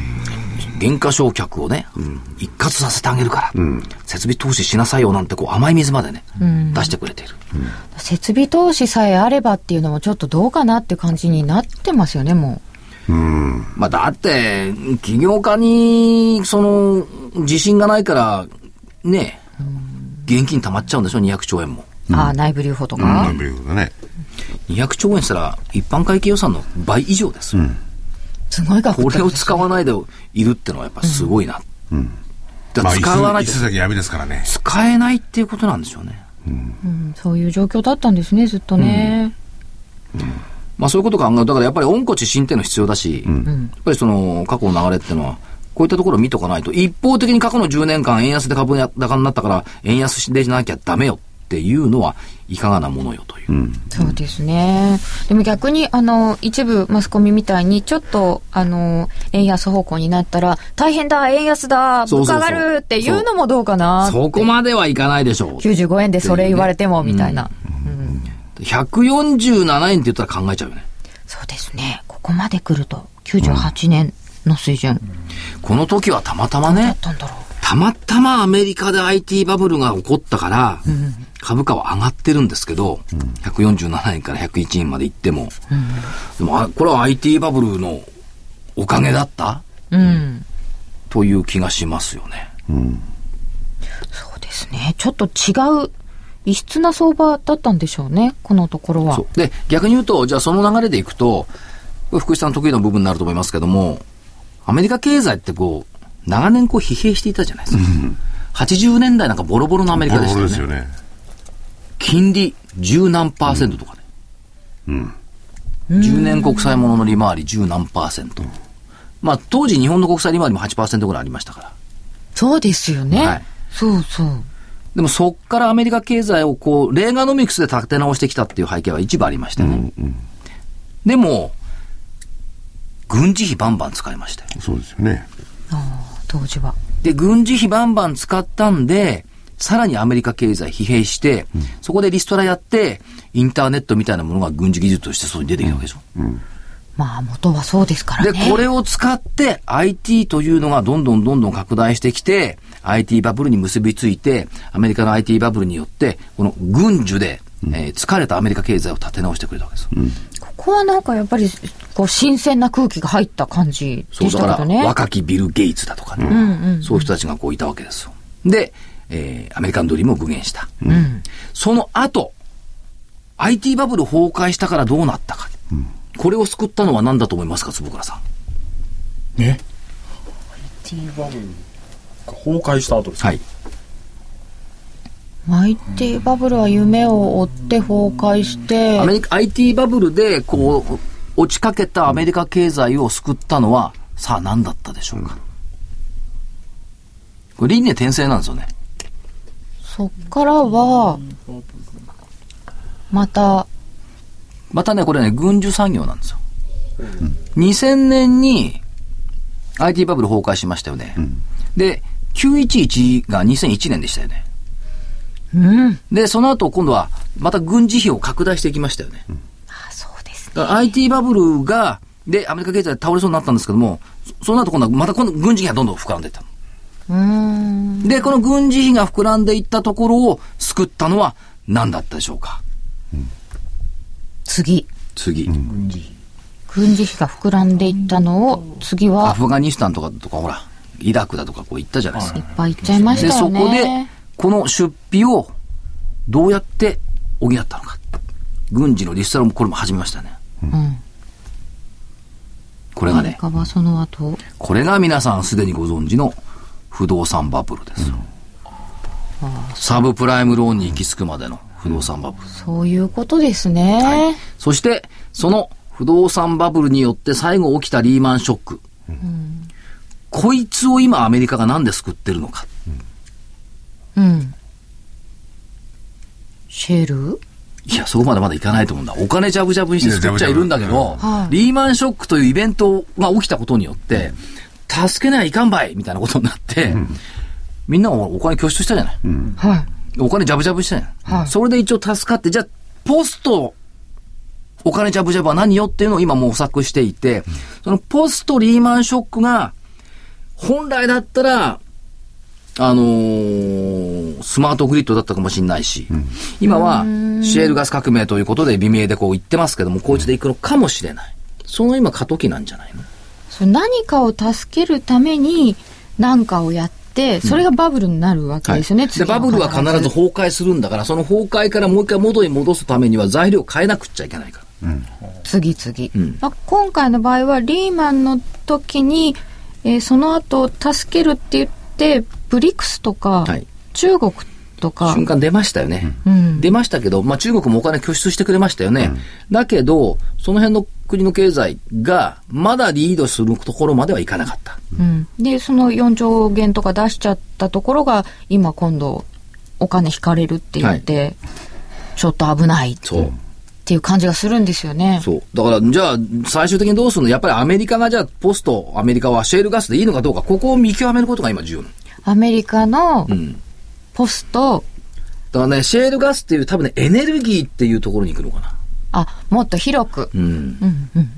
Speaker 2: 減価償却をね、一括させてあげるから、設備投資しなさいよなんてこう甘い水までね、出してくれている。
Speaker 1: 設備投資さえあればっていうのもちょっとどうかなって感じになってますよね、も
Speaker 2: まあだって、起業家に、その、自信がないから、ね、現金溜まっちゃうんでしょ、200兆円も。
Speaker 1: う。ああ、内部留保と
Speaker 4: な
Speaker 1: か
Speaker 4: ん。ていうことね。
Speaker 2: 200兆円したら、一般会計予算の倍以上です。
Speaker 1: すごい額
Speaker 2: これを使わないでいるってのはやっぱすごいな。だか
Speaker 4: ま
Speaker 2: ら
Speaker 4: あ、
Speaker 2: 使わない
Speaker 4: 一
Speaker 2: と
Speaker 4: つだけ闇ですからね。
Speaker 2: 使えないっていうことなんでしょうね。
Speaker 1: うんそういう状況だったんですね、ずっとね。
Speaker 2: まあそういうことを考えると、だからやっぱり温故知新っていうの必要だし、やっぱりその過去の流れっていうのは、こういったところを見とかないと、一方的に過去の10年間円安で株高になったから、円安でなきゃダメよっていうのは、いかがなものよという。
Speaker 1: そうですね。でも逆に、あの、一部マスコミみたいに、ちょっと、あの、円安方向になったら、大変だ、円安だ、
Speaker 2: そ
Speaker 1: 物
Speaker 2: うそうそ
Speaker 1: 価
Speaker 2: う
Speaker 1: 上がるっていうのもどうかな。
Speaker 2: そこまではいかないでしょう。
Speaker 1: 95円でそれ言われても、みたいな。
Speaker 2: 147円って言ったら考えちゃうよね。
Speaker 1: そうですね。ここまで来ると、98年の水準
Speaker 2: この時はたまたま
Speaker 1: だ
Speaker 2: ね
Speaker 1: っ、たんだろう。
Speaker 2: たまたまアメリカで IT バブルが起こったから、株価は上がってるんですけど、147円から101円まで行っても、でもあこれは IT バブルのおかげだった
Speaker 1: うん。
Speaker 2: という気がしますよね。
Speaker 1: そうですね。ちょっと違う、異質な相場だったんでしょうね、このところは。
Speaker 2: そうで、逆に言うと、じゃあその流れでいくと、これ福井さんの得意な部分になると思いますけども、アメリカ経済ってこう、長年こう疲弊していたじゃないですか。80年代なんかボロボロのアメリ
Speaker 4: ボ
Speaker 2: カ
Speaker 4: ロ
Speaker 2: でし
Speaker 4: ボ
Speaker 2: た
Speaker 4: ロ
Speaker 2: よ
Speaker 4: で
Speaker 2: ね
Speaker 4: す。よね。
Speaker 2: 金利十何パーセントとかね。うん。10年国債ものの利回り十何パーセント。まあ当時日本の国債利回りも8%ぐらいありましたから。
Speaker 1: そうですよね。
Speaker 2: はい
Speaker 1: そうそう。
Speaker 2: でもそっからアメリカ経済をこう、レーガノミクスで立て直してきたっていう背景は一部ありましたよね。でも、軍事費バンバン使いましたよ。
Speaker 4: そうですよね。
Speaker 1: ああ、当時は。
Speaker 2: で、軍事費バンバン使ったんで、さらにアメリカ経済疲弊して、そこでリストラやって、インターネットみたいなものが軍事技術として外に出てきたわけでしょ。
Speaker 1: まあ、元はそうですか
Speaker 2: で、
Speaker 1: らね。
Speaker 2: これを使って IT というのがどんどんどんどん拡大してきて、IT バブルに結びついて、アメリカの IT バブルによって、この軍需で、えー疲れたアメリカ経済を立て直してくれたわけです。
Speaker 1: ここはなんかやっぱり、こう、新鮮な空気が入った感じ
Speaker 2: そ
Speaker 1: で
Speaker 2: う
Speaker 1: し
Speaker 2: だか
Speaker 1: たけ
Speaker 2: ら、
Speaker 1: どね。
Speaker 2: 若きビル・ゲイツだとかね、そういう人たちがこういたわけですよ。で、えーアメリカンドリームを具現した。その後、IT バブル崩壊したからどうなったか。これを救ったのは何だと思いますか、坪倉さん。
Speaker 3: ね。IT バブルが崩壊した後ですね。
Speaker 2: はい。
Speaker 1: マイティバブルは夢を追って崩壊して
Speaker 2: ア、メリカ、IT バブルで、こう、落ちかけたアメリカ経済を救ったのは、さあ何だったでしょうか。これ、輪廻転生なんですよね。
Speaker 1: そっからは、また、
Speaker 2: またね、これね、軍需産業なんですよ。2000年に、IT バブル崩壊しましたよね。で、911が2001年でしたよね。
Speaker 1: うん。
Speaker 2: で、その後、今度は、また軍事費を拡大していきましたよね。
Speaker 1: あそうですね。
Speaker 2: だから IT バブルが、で、アメリカ経済倒れそうになったんですけども、そその後今度は、また今度軍事費がどんどん膨らんでいったの。
Speaker 1: うーん。
Speaker 2: で、この軍事費が膨らんでいったところを救ったのは何だったでしょうか
Speaker 1: 次。
Speaker 2: 次。
Speaker 3: 軍事費。
Speaker 1: 軍事費が膨らんでいったのを、次
Speaker 2: ア
Speaker 1: は、
Speaker 2: フガニスタンとかとか、ほら、イラクだとかこう行ったじゃないです
Speaker 1: い
Speaker 2: か
Speaker 1: っ。ぱい行っちゃいまし
Speaker 2: で、
Speaker 1: たよ
Speaker 2: そこで
Speaker 1: ね。、
Speaker 2: この出費をどうやって補ったのか。軍事のリストラもこれも始めましたね。
Speaker 1: うん。
Speaker 2: これがね、
Speaker 1: かはその後、
Speaker 2: これが皆さんすでにご存知の不動産バブルですよ。サブプライムローンに行き着くまでの不動産バブル。
Speaker 1: そういうことですね。
Speaker 2: そして、その不動産バブルによって最後起きたリーマンショック。こいつを今アメリカがなんで救ってるのか。
Speaker 1: うん。シェル
Speaker 2: いや、そこまでまだいかないと思うんだ。お金ジャブジャブにして作っちゃいるんだけど、リーマンショックというイベントが起きたことによって、助けないかんばいみたいなことになって、みんながお金拠出したじゃない。
Speaker 1: はい。
Speaker 2: お金ジャブジャブしたじゃない。
Speaker 1: はい
Speaker 2: それで一応助かって、じゃあ、ポスト、お金ジャブジャブは何よっていうのを今もう模索していて、そのポストリーマンショックが、本来だったら、あのースマートグリッドだったかもしれないし、今はシェールガス革命ということで微妙でこう言ってますけども、こう一で行くのかもしれない。その今過渡期なんじゃないの
Speaker 1: そう何かを助けるために何かをやって、それがバブルになるわけですよね、
Speaker 2: で
Speaker 1: 次
Speaker 2: バ
Speaker 1: は
Speaker 2: ブルは必ず崩壊するんだから、その崩壊からもう一回元に戻すためには材料を変えなくっちゃいけないから。
Speaker 1: 次々、
Speaker 2: うん
Speaker 1: まあ、今回の場合はリーマンの時に、えーその後助けるって言ってブリックスとか、
Speaker 2: はい
Speaker 1: 中国とか
Speaker 2: 瞬間出ましたよね。
Speaker 1: うん
Speaker 2: 出ましたけど、まあ、中国もお金拠出してくれましたよね。だけど、その辺の国の経済が、まだリードするところまではいかなかった。
Speaker 1: うん、でその4兆元とか出しちゃったところが今今度お金引かれるって言って、ちょっと危ないっ
Speaker 2: そう。
Speaker 1: ていう感じがするんですよね。
Speaker 2: そう。だから、じゃあ、最終的にどうするのやっぱりアメリカが、じゃあ、ポストアメリカはシェールガスでいいのかどうか、ここを見極めることが今重要なの
Speaker 1: アメリカの
Speaker 2: うん。
Speaker 1: ポスト、
Speaker 2: だからね、シェールガスっていう多分ね、エネルギーっていうところに行くのかな。
Speaker 1: あもっと広く、
Speaker 2: うん。
Speaker 1: うんうん、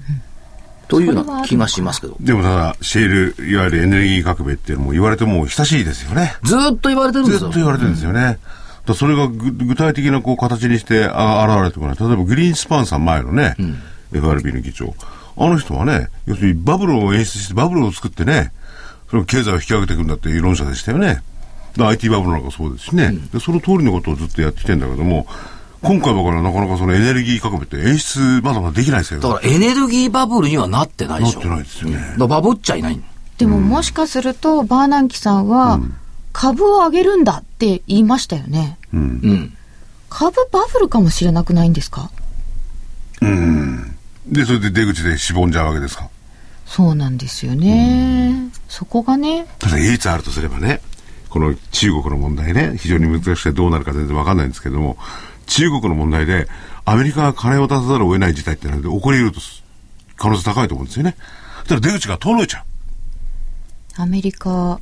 Speaker 2: というような気がしますけど。
Speaker 4: でもただ、シェール、いわゆるエネルギー革命っていうのも言われてもう久しいですよね。
Speaker 2: ずーっと言われてるんで
Speaker 4: ずっ
Speaker 2: すよ
Speaker 4: と。言われてるんですよね。だからそれがぐ具体的なこう形にしてあ現れてこない。例えばグリーンスパンさん前のね、FRB の議長。あの人はね、要するにバブルを演出してバブルを作ってね、それを経済を引き上げていくんだっていう論者でしたよね。だから IT バブルなんかそうですしね、で。その通りのことをずっとやってきてんだけども、今回ばかりはなかなかそのエネルギー革命って演出まだまだできないですよ。
Speaker 2: だからエネルギーバブルにはなってないで
Speaker 4: なっ
Speaker 2: しょ。
Speaker 4: てないですよね。
Speaker 2: だからバブっちゃいないの
Speaker 1: でももしかするとバーナンキさんは株を上げるんだって言いましたよね。
Speaker 2: うん。
Speaker 1: 株バブルかもしれなくないんですか
Speaker 4: で、それで出口でしぼんじゃうわけですか。
Speaker 1: そうなんですよね。そこがね、
Speaker 4: ただ唯一あるとすればね、この中国の問題ね、非常に難しくてどうなるか全然わかんないんですけども、中国の問題で、アメリカが金を出さざるを得ない事態ってので起こり得るとす、可能性高いと思うんですよね。ただ出口が遠のいちゃう。
Speaker 1: アメリカ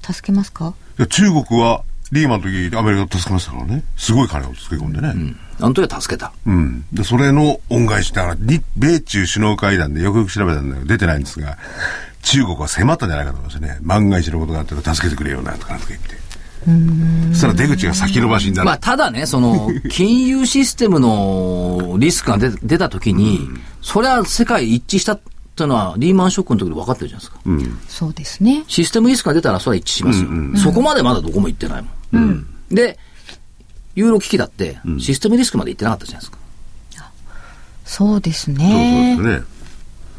Speaker 1: 助けますか
Speaker 4: いや中国は、リーマンの時アメリカを助けましたからね。すごい金をつけ込んでね。
Speaker 2: あの時は助けた。
Speaker 4: うん。で、それの恩返しだから、日米中首脳会談でよくよく調べたんだけど、出てないんですが、中国は迫ったんじゃないかと思いますね。万が一のことがあったら助けてくれよな、とかなんとか言って。そしたら出口が先延ばしになる。
Speaker 2: まあ、ただね、そ の、金融システムのリスクが出出た時に、それは世界一致したっていうのは、リーマンショックの時で分かってるじゃないですか。
Speaker 1: そうですね。
Speaker 2: システムリスクが出たら、それは一致しますよ。そこまでまだどこも行ってないもん。で、ユーロ危機だって、システムリスクまで行ってなかったじゃないですか。
Speaker 1: そうですね。
Speaker 4: そうそうですね。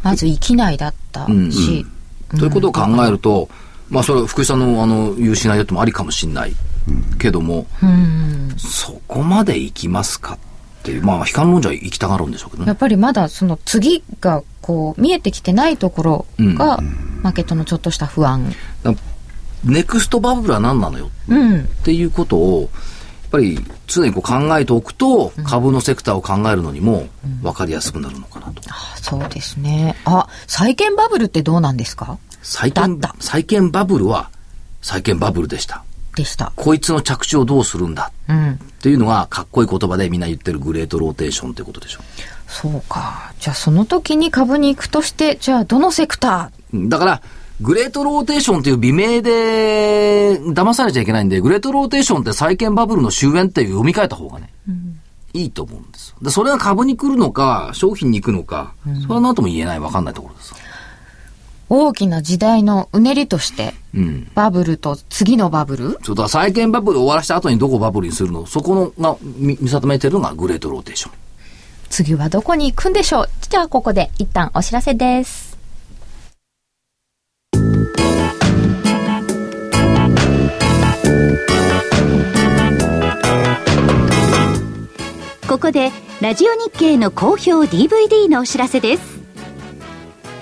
Speaker 1: まず生きないだったし。
Speaker 2: うんということを考えると、まあ、それは福井さんの、あの、言うしないよってもありかもしれない。けども、
Speaker 1: うん
Speaker 2: そこまで行きますかっていう、まあ、悲観論者は行きたがるんでしょうけど
Speaker 1: や
Speaker 2: ね
Speaker 1: っ。ぱりまだその次がこう見えてきてないところが、マーケットのちょっとした不安。
Speaker 2: だからネクストバブルは何なのよ
Speaker 1: う
Speaker 2: っ
Speaker 1: ん。
Speaker 2: ていうことを、やっぱり常にこう考えておくと、株のセクターを考えるのにも分かりやすくなるのかなと。
Speaker 1: あそうですね。あ、債券バブルってどうなんですか
Speaker 2: 債
Speaker 1: だ
Speaker 2: 券
Speaker 1: った、
Speaker 2: 債券バブルは債券バブルでした。
Speaker 1: でした。
Speaker 2: こいつの着地をどうするんだ
Speaker 1: うん。
Speaker 2: っていうのがかっこいい言葉でみんな言ってるグレートローテーションってことでしょ。
Speaker 1: そうか。じゃあその時に株に行くとして、じゃあどのセクター
Speaker 2: だから、グレートローテーションっていう美名で騙されちゃいけないんで、グレートローテーションって債券バブルの終焉っていう読み替えた方がね、いいと思うんですよ。で、それが株に来るのか、商品に行くのか、それは何とも言えない、わかんないところです。
Speaker 1: 大きな時代のうねりとして、
Speaker 2: うん。
Speaker 1: バブルと次のバブル
Speaker 2: そうだ、債券バブル終わらした後にどこをバブルにするの、そこのが見見定めてるのがグレートローテーション。
Speaker 1: 次はどこに行くんでしょうじゃあここで一旦お知らせです。
Speaker 5: ここでラジオ日経の好評 DVD のお知らせです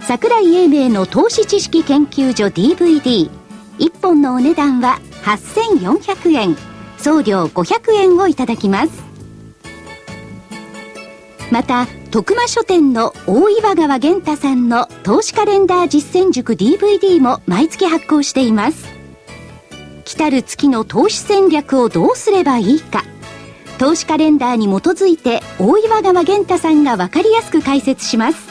Speaker 5: 桜井英明の投資知識研究所 DVD1 本のお値段は8400円送料500円をいただきますまた徳間書店の大岩川源太さんの投資カレンダー実践塾 DVD も毎月発行しています来たる月の投資戦略をどうすればいいか投資カレンダーに基づいて大岩川源太さんが分かりやすく解説します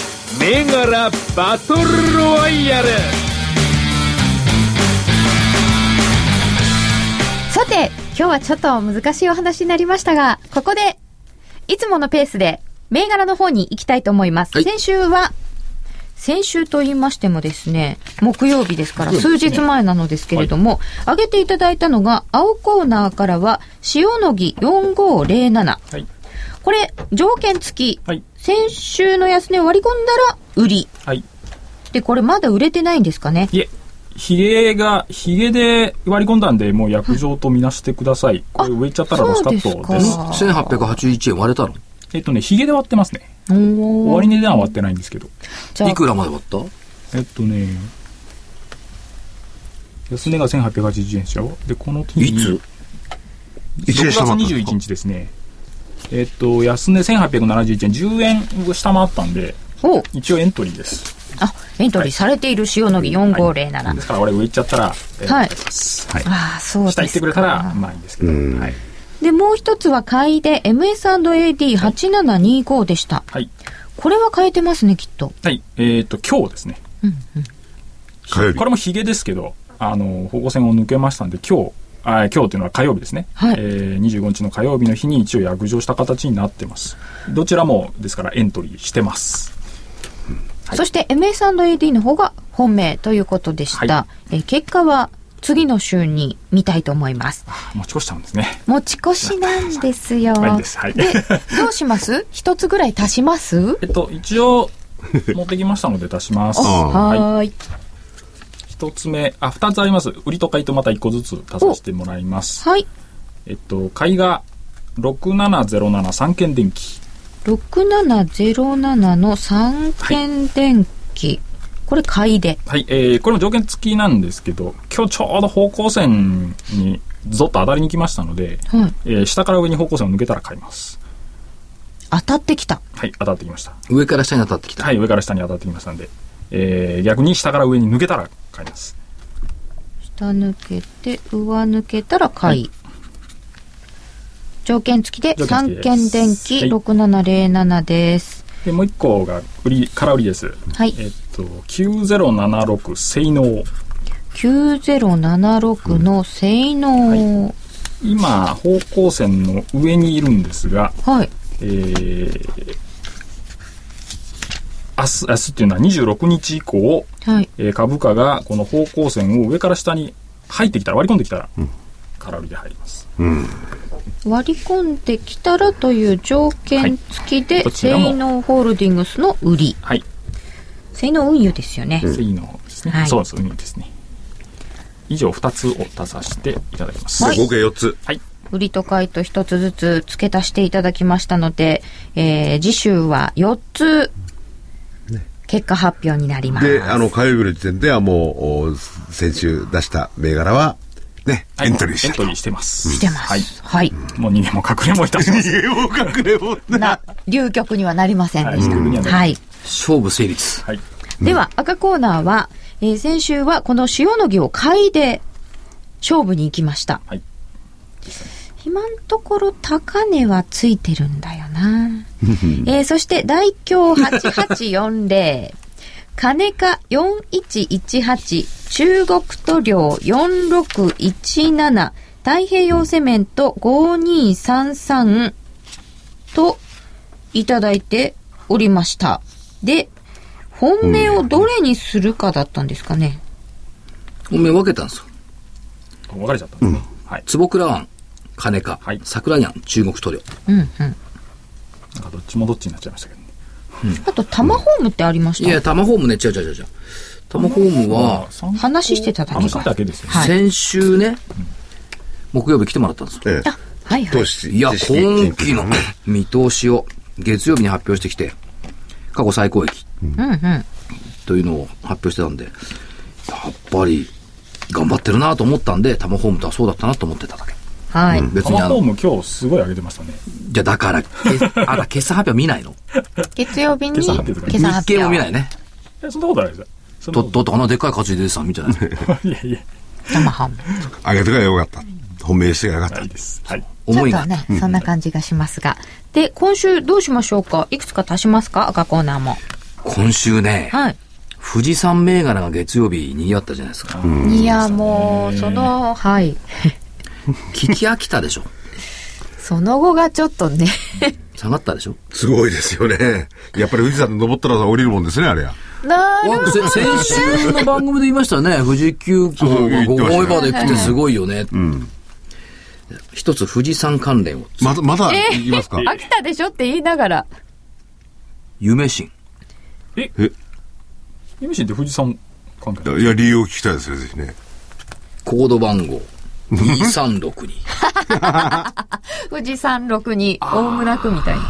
Speaker 6: 銘柄バトルロワイヤル
Speaker 1: さて、今日はちょっと難しいお話になりましたが、ここで、いつものペースで、銘柄の方に行きたいと思います。
Speaker 2: はい
Speaker 1: 先週は、先週と言いましてもですね、木曜日ですから、数日前なのですけれども、挙げていただいたのが、青コーナーからは、塩野義4507。
Speaker 3: はい。
Speaker 1: これ、条件付き。
Speaker 3: はい。
Speaker 1: 先週の安値を割り込んだら、売り。
Speaker 3: はい。
Speaker 1: で、これまだ売れてないんですかね。
Speaker 3: いえ、ヒゲが、ヒゲで割り込んだんで、もう薬状とみなしてください。これ植えちゃったらロスカッ
Speaker 1: そう
Speaker 3: ト
Speaker 1: か
Speaker 3: です。
Speaker 2: 1881円割れたの
Speaker 3: えっとね、ヒゲで割ってますね。
Speaker 1: おー
Speaker 3: 終値では割ってないんですけど。
Speaker 1: じゃあ
Speaker 2: いくらまで割った
Speaker 3: えっとね、安値が1880円でしょ。で、この次
Speaker 2: い
Speaker 3: に
Speaker 2: つ
Speaker 3: 6月21日ですね。えっと、安値1871円、10円を下回ったんで、
Speaker 1: おう
Speaker 3: 一応エントリーです。
Speaker 1: あ、エントリーされている塩野義4507。
Speaker 3: はいですから、俺植えちゃったら、えー
Speaker 1: はい
Speaker 3: はい。
Speaker 1: ああ、そうです
Speaker 3: 下
Speaker 1: か。
Speaker 3: 行ってくれたら、まあいいんですけど。はい。
Speaker 1: で、もう一つは買いで MS&AD8725 でした。
Speaker 3: はい。
Speaker 1: これは変えてますね、きっと。
Speaker 3: はい。えっと、今日ですね。
Speaker 4: 火曜日
Speaker 3: これもヒゲですけど、あの、方向線を抜けましたんで、今日、あ今日というのは火曜日ですね、
Speaker 1: はい
Speaker 3: えー、25日の火曜日の日に一応約定した形になってますどちらもですからエントリーしてます
Speaker 1: そして MS&AD の方が本命ということでした。
Speaker 3: は
Speaker 1: えー結果は次の週に見たいと思います。
Speaker 3: 持ち越しちゃうんですね
Speaker 1: 持ち越しなんです よ。
Speaker 3: まあいいですはい
Speaker 1: どうします 一つぐらい足します
Speaker 3: えっと一応持ってきましたので出しますはい
Speaker 1: はーい。
Speaker 3: 一つ目あ二つあります売りと買いとまた一個ずつ足させてもらいます
Speaker 1: はい。
Speaker 3: えっと買いが6707三軒電機
Speaker 1: 6707の三軒電気。これ買いで。
Speaker 3: はい、えー、これも条件付きなんですけど、今日ちょうど方向線にゾッと当たりに来ましたので、
Speaker 1: は
Speaker 3: え
Speaker 1: い。
Speaker 3: ー下から上に方向線を抜けたら買います。
Speaker 1: 当たってきた。
Speaker 3: はい、当たってきました。
Speaker 2: 上から下に当たってきた。
Speaker 3: はい、上から下に当たってきましたんで、えー、逆に下から上に抜けたら買います。
Speaker 1: 下抜けて上抜けたら買い、条件付きで
Speaker 3: 条件付きです
Speaker 1: 三軒電気
Speaker 3: はい
Speaker 1: 6707です
Speaker 3: で、もう一個が売り、空売りです。
Speaker 1: はい
Speaker 3: えっと、9076、性能。
Speaker 1: 9076の性能
Speaker 3: 今、方向線の上にいるんですが、
Speaker 1: はい
Speaker 3: えー、明日、明日っていうのは26日以降、
Speaker 1: はい
Speaker 3: えー株価がこの方向線を上から下に入ってきたら割り込んできたら空売りで入ります、
Speaker 1: 割り込んできたらという条件付き
Speaker 3: は
Speaker 1: で
Speaker 3: いこちらも
Speaker 1: 性能ホールディングスの売り
Speaker 3: はい
Speaker 1: 性能運輸ですよね、
Speaker 3: 次の方ですね、
Speaker 1: はい
Speaker 3: そうです海ですね以上2つを足させていただきます、
Speaker 1: はい
Speaker 4: 合計4つ。
Speaker 1: 売りと買いと一つずつ付け足していただきましたので、えー、次週は4つ結果発表になります
Speaker 4: で、あの、火曜日の時点ではもう、お先週出した銘柄は、ね、
Speaker 3: はい
Speaker 4: エントリーし
Speaker 3: エ
Speaker 4: て
Speaker 3: ントリ ーしてます
Speaker 1: してます。
Speaker 3: は
Speaker 1: はい
Speaker 3: い、。もう逃げも隠れもいたします
Speaker 4: 家を隠れもね。
Speaker 1: な、流局にはなりませんでした。
Speaker 3: はい流局にはなり
Speaker 1: はい。
Speaker 2: 勝負成立。
Speaker 3: はい
Speaker 1: では、赤コーナーは、えー先週はこの塩野義を買いで勝負に行きました。
Speaker 3: はい
Speaker 1: 今のところ高値はついてるんだよな。えーそして、大京8840。 金か4118、中国塗料4617、太平洋セメント5233といただいておりました。で、本命をどれにするかだったんですかね。
Speaker 2: 本命分けたんですよ。
Speaker 3: あ分かれちゃったんですね。はい。
Speaker 2: 坪倉庵、金か、
Speaker 3: はい
Speaker 2: 桜庵、中国塗料。
Speaker 1: うんうん。
Speaker 3: なんかどっちもどっちになっちゃいましたけどね。
Speaker 1: あと、タマホームってありまし
Speaker 2: い
Speaker 1: た。
Speaker 2: や、タマホームね、違う違う違う違う。タマホームは、
Speaker 3: 参考
Speaker 1: 話してただけか
Speaker 3: 話してただけですよね。
Speaker 1: はい
Speaker 2: 先週ね、木曜日来てもらったんですよ。
Speaker 4: ええ。
Speaker 1: はいはい
Speaker 4: 投。資
Speaker 2: いや、
Speaker 4: 知識研究
Speaker 2: 今期の見通しを月曜日に発表してきて、過去最高益
Speaker 1: うんうん。
Speaker 2: というのを発表してたんで、やっぱり頑張ってるなと思ったんで、タマホームとはそうだったなと思ってただけ。
Speaker 1: はい。
Speaker 2: 別
Speaker 3: タ
Speaker 2: に
Speaker 3: マ
Speaker 2: あ
Speaker 3: ホー
Speaker 2: の、
Speaker 3: ム今日すごい上げてましたね。
Speaker 2: じゃあだから、けあら、決算発表見ないの
Speaker 1: 月曜日に、
Speaker 3: 今朝発表とか
Speaker 1: 今
Speaker 2: 日
Speaker 1: 朝発
Speaker 2: 経
Speaker 1: 表。
Speaker 2: も見ないね。
Speaker 3: いや、そんなことないですよ。そんな
Speaker 2: と、
Speaker 3: こと
Speaker 2: と、あのでっかい勝ち出てたの見 てない。
Speaker 3: いやいや、
Speaker 1: タマホーム。
Speaker 4: 上げてからよかった。本命してからよか
Speaker 3: な
Speaker 4: っ
Speaker 3: いです。はい。
Speaker 2: 思い
Speaker 1: ちょ
Speaker 2: が
Speaker 1: っと。ね、そんな感じがしますが。で、今週どうしましょうかいくつか足しますか赤コーナーも。
Speaker 2: 今週ね、
Speaker 1: はい。
Speaker 2: 富士山銘柄が月曜日にわったじゃないですか。
Speaker 1: いや、もう、その、はい。
Speaker 2: 聞き飽きたでしょ。
Speaker 1: その後がちょっとね、
Speaker 2: 下がったでしょ。
Speaker 4: た。すごいですよね。やっぱり富士山登ったら降りるもんですね、あれや。
Speaker 1: なる
Speaker 2: せ先週の番組で言いましたよね。富士急行が5合目まで来てすごいよね。一つ富士山関連を。
Speaker 4: まだ、まだ行きますか。
Speaker 1: 飽きたでしょって言いながら。
Speaker 2: 夢心。
Speaker 3: ユミシンって富士山関係
Speaker 4: いや、理由を聞きたいですよ、ぜひね。
Speaker 2: コード番号2362。
Speaker 1: 富士山麓に大村区みたいな。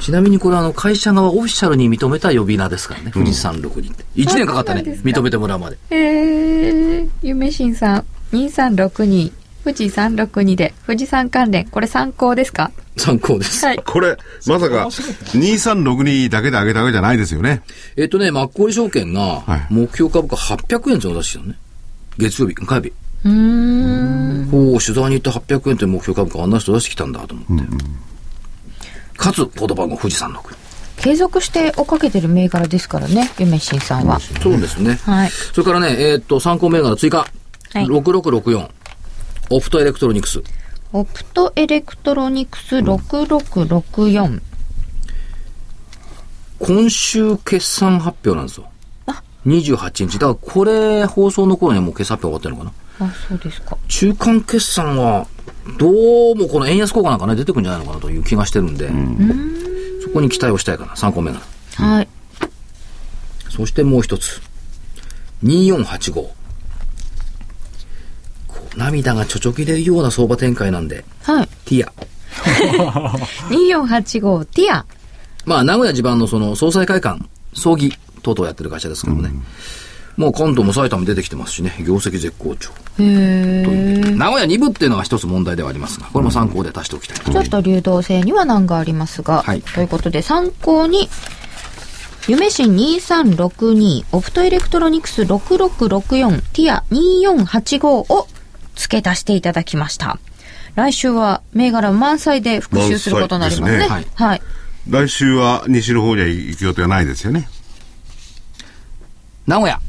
Speaker 2: ちなみにこれあの会社側オフィシャルに認めた呼び名ですからね。富士山62って。1年かかったね。
Speaker 1: あそうなんですか
Speaker 2: 認めてもらうまで。
Speaker 1: えー、ゆめしんさん、2362、富士山麓で、富士山関連、これ参考ですか
Speaker 2: 参考です。
Speaker 1: はい。
Speaker 4: これ、まさか、2362だけで上げたわけじゃないですよね。
Speaker 2: えっとね、マッコリ証券が
Speaker 4: はい
Speaker 2: 目標株価800円っていうのを出してたのね。月曜日、火曜日。
Speaker 1: うーん。
Speaker 2: ほう、取材に行った800円という目標株価あんな人出してきたんだと思って。かつ、コード番号富士山62。
Speaker 1: 継続して追っかけてる銘柄ですからね、ゆめしんさんは。
Speaker 2: そうですね。
Speaker 1: はい。
Speaker 2: それからね、えーっと、参考銘柄追加。
Speaker 1: はい
Speaker 2: 6664。オプトエレクトロニクス。
Speaker 1: オプトエレクトロニクス6664。
Speaker 2: 今週決算発表なんですよ。28日。だからこれ、放送の頃にはもう決算発表終わってるのかな。
Speaker 1: あ、そうですか。
Speaker 2: 中間決算は、どうもこの円安効果なんかね、出てくるんじゃないのかなという気がしてるんで、そこに期待をしたいかな。参考銘柄。
Speaker 1: はい。
Speaker 2: そしてもう一つ。2485。こう涙がちょちょぎれるような相場展開なんで、
Speaker 1: はい。
Speaker 2: ティア。
Speaker 1: 2485ティア。
Speaker 2: まあ、名古屋地盤のその総裁会館、葬儀等々やってる会社ですけどもね。もう関東も埼玉も出てきてますしね、業績絶好調。
Speaker 1: へー
Speaker 2: 名古屋2部っていうのが一つ問題ではありますが、これも参考で足しておきたいと。
Speaker 1: ちょっと流動性には難がありますが、
Speaker 2: はい
Speaker 1: ということで参考に、夢新2362、オプトエレクトロニクス6664、ティア2485を付け足していただきました。来週は銘柄満載で復習することになりますね。
Speaker 2: 載
Speaker 4: 満
Speaker 1: は
Speaker 2: で
Speaker 1: い
Speaker 2: す。
Speaker 1: はい。
Speaker 4: 来週は西の方には行く予定はないですよね。
Speaker 2: 名古屋。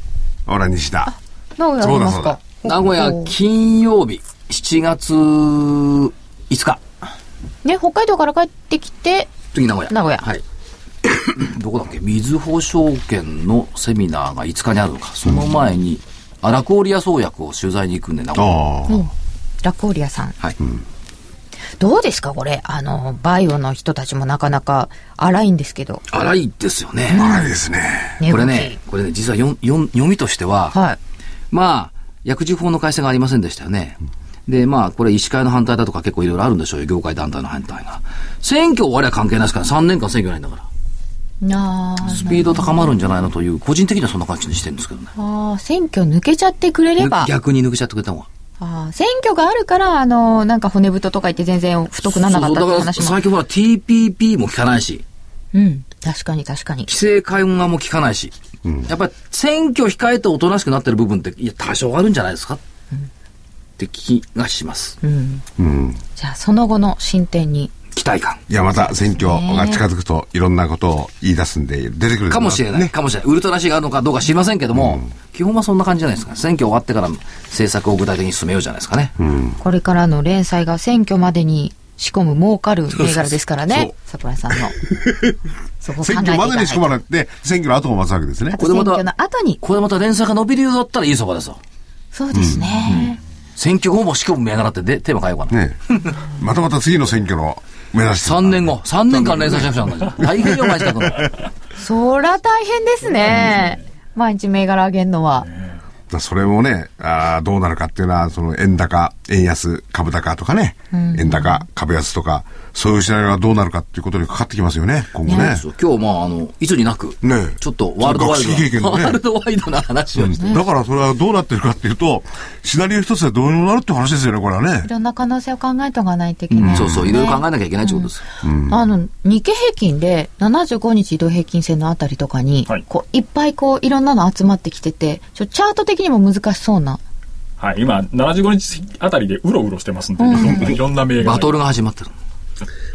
Speaker 4: ほら、西だ。
Speaker 1: 名古屋あります
Speaker 4: そうだそうだ
Speaker 1: か
Speaker 2: 名古屋
Speaker 1: お
Speaker 2: 金曜日、7月5日。
Speaker 1: ね、北海道から帰ってきて、
Speaker 2: 次名古屋。
Speaker 1: 名古屋
Speaker 2: はい。 どこだっけ水保証券のセミナーが5日にあるのか。その前に、アラコーリア創薬を取材に行くんで、名古屋。
Speaker 4: ああ。
Speaker 1: ラコーリアさん。
Speaker 2: はい。
Speaker 1: どうですかこれ。あの、バイオの人たちもなかなか荒いんですけど。
Speaker 2: 荒いですよね。
Speaker 4: ないですね。
Speaker 2: これね、これね、実はよんよん読みとしては、
Speaker 1: はい。
Speaker 2: まあ、薬事法の改正がありませんでしたよね。で、まあ、これ、医師会の反対だとか結構いろいろあるんでしょうよ、業界団体の反対が。選挙終わりは関係ないですから、3年間選挙ないんだから。
Speaker 1: なあ
Speaker 2: スピード高まるんじゃないのという、個人的にはそんな感じにしてるんですけどね。
Speaker 1: ああ、選挙抜けちゃってくれれば。
Speaker 2: 逆に抜けちゃってくれた方が。
Speaker 1: ああ選挙があるから、あの、なんか骨太とか言って全然太くならなか
Speaker 2: そう
Speaker 1: ったって
Speaker 2: だから、
Speaker 1: 話も。
Speaker 2: 最近ほら、TPP も効かないし、
Speaker 1: うん。確かに確かに。
Speaker 2: 規制緩和も効かないし、やっぱり選挙控えておとなしくなってる部分って、いや、多少あるんじゃないですか、って気がします。
Speaker 1: うん。
Speaker 4: うん。
Speaker 1: じゃあ、その後の進展に
Speaker 2: 期期待感。
Speaker 4: いや、また選挙が近づくと、いろんなことを言い出すんで、出てくる
Speaker 2: かもしれない、
Speaker 4: ね。
Speaker 2: かもしれない。ウルトラ C があるのかどうか知りませんけども、基本はそんな感じじゃないですか。選挙終わってから政策を具体的に進めようじゃないですかね。
Speaker 1: これからの連載が選挙までに仕込む儲かる銘柄ですからね。桜井さんの。そこ考えてい
Speaker 4: 選
Speaker 1: ただ
Speaker 4: 挙
Speaker 1: い
Speaker 4: までに仕込ま
Speaker 1: て。
Speaker 4: れて、選挙の後も待つわけですね。
Speaker 2: これで
Speaker 1: 選
Speaker 2: また
Speaker 1: 挙の後に。
Speaker 2: これまた連載が伸びるようだったらいいそばですよ。
Speaker 1: そうですね。
Speaker 2: 選挙後も仕込む銘柄ってでテーマ変えようかな。
Speaker 4: ねえまたまた次の選挙の目指してる
Speaker 2: 3年後、3年間連載しなくちゃなんだじゃん。大変よ、毎日書くの。
Speaker 1: そら大変ですね。毎日銘柄上げんのは。
Speaker 4: だそれもね、あーどうなるかっていうのは、その円高、円安、株高とかね、円高、株安とか、そういうシナリオがどうなるかっていうことにかかってきますよね、今後ね。
Speaker 2: そう今日、まあ、あの、いつになく、
Speaker 4: ねえ
Speaker 2: ちょっとワールドワイド
Speaker 4: 学識経験
Speaker 2: な、
Speaker 4: が ね
Speaker 2: ワールドワイドな話をして、
Speaker 4: だからそれはどうなってるかっていうと、シナリオ一つでどうにもなるって話ですよね、これはね
Speaker 1: い。ろんな可能性を考えておかないといけない、
Speaker 2: そうそう、いろいろ考
Speaker 1: え
Speaker 2: えなきゃいけないってことですよ。
Speaker 1: あの、日経平均で75日移動平均線のあたりとかに、
Speaker 3: はい
Speaker 1: こう、いっぱいこう、いろんなの集まってきてて、ちょ、チャート的にも難しそうな。
Speaker 3: はい、今、75日あたりでうろうろしてますんで、いろんないろんな銘柄
Speaker 2: バトルが始まってる。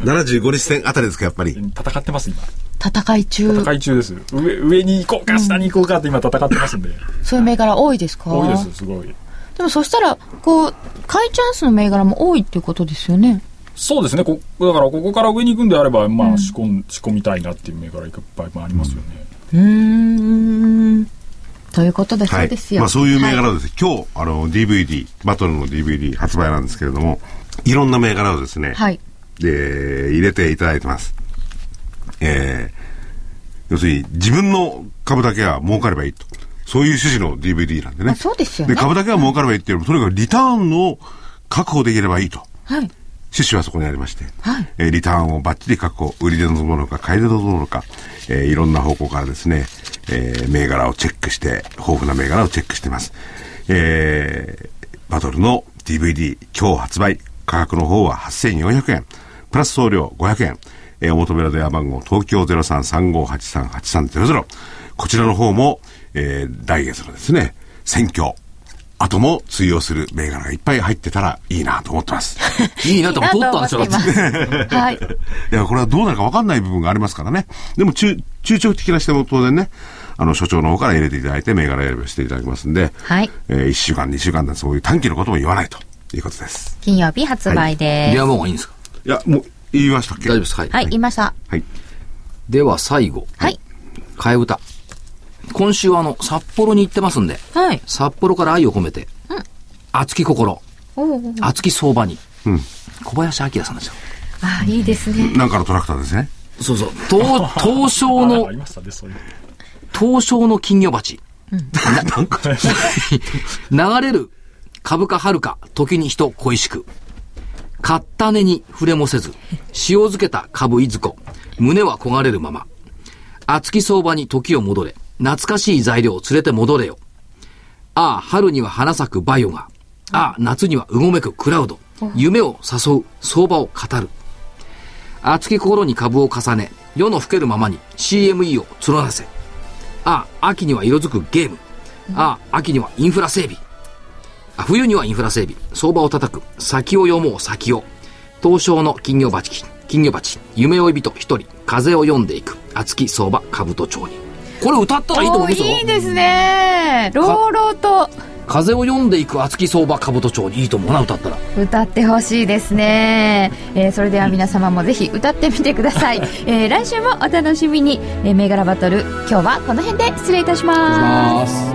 Speaker 4: 75日線あたりですか、やっぱり。
Speaker 3: 戦ってます、今。
Speaker 1: 戦い中、
Speaker 3: 戦い中です。上、上に行こうか、下に行こうかって今戦ってますん で。
Speaker 1: そういう銘柄多いですか
Speaker 3: 多いです、すごい。
Speaker 1: でもそしたら、こう、買いチャンスの銘柄も多いっていうことですよね。
Speaker 3: そうですね、こ、だからここから上に行くんであれば、まあ、仕込ん、仕込みたいなっていう銘柄いっぱいありますよね。
Speaker 1: うーん。ということで、そ
Speaker 4: は
Speaker 1: う
Speaker 4: い
Speaker 1: です。よ。
Speaker 4: まあそういう銘柄をですね、今日、あの、DVD、バトルの DVD 発売なんですけれども、いろんな銘柄をですね、
Speaker 1: はい。
Speaker 4: で、入れていただいてます。えー、要するに自分の株だけは儲かればいいと。そういう趣旨の DVD なんでね。
Speaker 1: あそうですよね
Speaker 4: で、株だけは儲かればいいっていうよりも、とにかくリターンを確保できればいいと。
Speaker 1: はい。
Speaker 4: 趣旨はそこにありまして、
Speaker 1: はい
Speaker 4: えーリターンをバッチリ確保、売りで臨むのか、買いで臨むのか、えーいろんな方向からですね、えー銘柄をチェックして、豊富な銘柄をチェックしてます。えーバトルの DVD、今日発売、価格の方は8400円、プラス送料500円、えーお求めの電話番号、東京0335838300、こちらの方も、えー来月のですね、選挙、後も通用する銘柄がいっぱい入ってたらいいなと思ってます。
Speaker 2: いいなと思って取ったんです
Speaker 1: い
Speaker 2: よ、
Speaker 1: いなと思っています。はい。
Speaker 4: いや、これはどうなるか分かんない部分がありますからね。でも中、中長期的な視点も当然ね、あの、所長の方から入れていただいて、銘柄選びをしていただきますんで、
Speaker 1: はい
Speaker 4: えー、1週間、2週間でそういう短期のことも言わないということです。
Speaker 1: 金曜日発売で
Speaker 2: 電
Speaker 1: す。
Speaker 2: 話番号がいいんですか
Speaker 4: いや、もう、言いましたっけ
Speaker 2: 大丈夫です。はい。
Speaker 1: はい、言いました。
Speaker 4: はい。
Speaker 2: では、最後。
Speaker 1: はい。
Speaker 2: 替え歌。今週はあの、札幌に行ってますんで、
Speaker 1: はい。
Speaker 2: 札幌から愛を込めて、熱き心、
Speaker 1: おうおう
Speaker 2: 熱き相場に、
Speaker 4: うん
Speaker 2: 小林明さんですよ。
Speaker 1: あ、いいですね。
Speaker 4: なんかのトラクターですね。
Speaker 2: そうそう。 東、東証
Speaker 3: あなんか
Speaker 2: の
Speaker 3: あり、ましたね、そういう。
Speaker 2: 東証の金魚鉢。流れる株価はるか、時に人恋しく。買った値に触れもせず、塩漬けた株いずこ、胸は焦がれるまま。熱き相場に時を戻れ、懐かしい材料を連れて戻れよ。ああ、春には花咲くバイオが、ああ、夏にはうごめくクラウド、夢を誘う、相場を語る。熱き心に株を重ね、世の更けるままに CME を募らせ。ああ、秋には色づくゲーム。ああ、秋にはインフラ整備。あ冬にはインフラ整備。相場を叩く。先を読もう先を。東証の金魚鉢、金魚鉢、夢追い人一人、風を読んでいく。熱き相場兜町に。これ歌ったらいいと思
Speaker 1: お
Speaker 2: うんで
Speaker 1: ー
Speaker 2: すよ。
Speaker 1: いいですね。朗々と
Speaker 2: 風を読んでいく熱き相場兜町にいいと思うな、歌ったら。
Speaker 1: 歌ってほしいですね、えーそれでは皆様もぜひ歌ってみてくださ い、えー来週もお楽しみに、えー銘柄バトル今日はこの辺で失礼いたします
Speaker 2: す。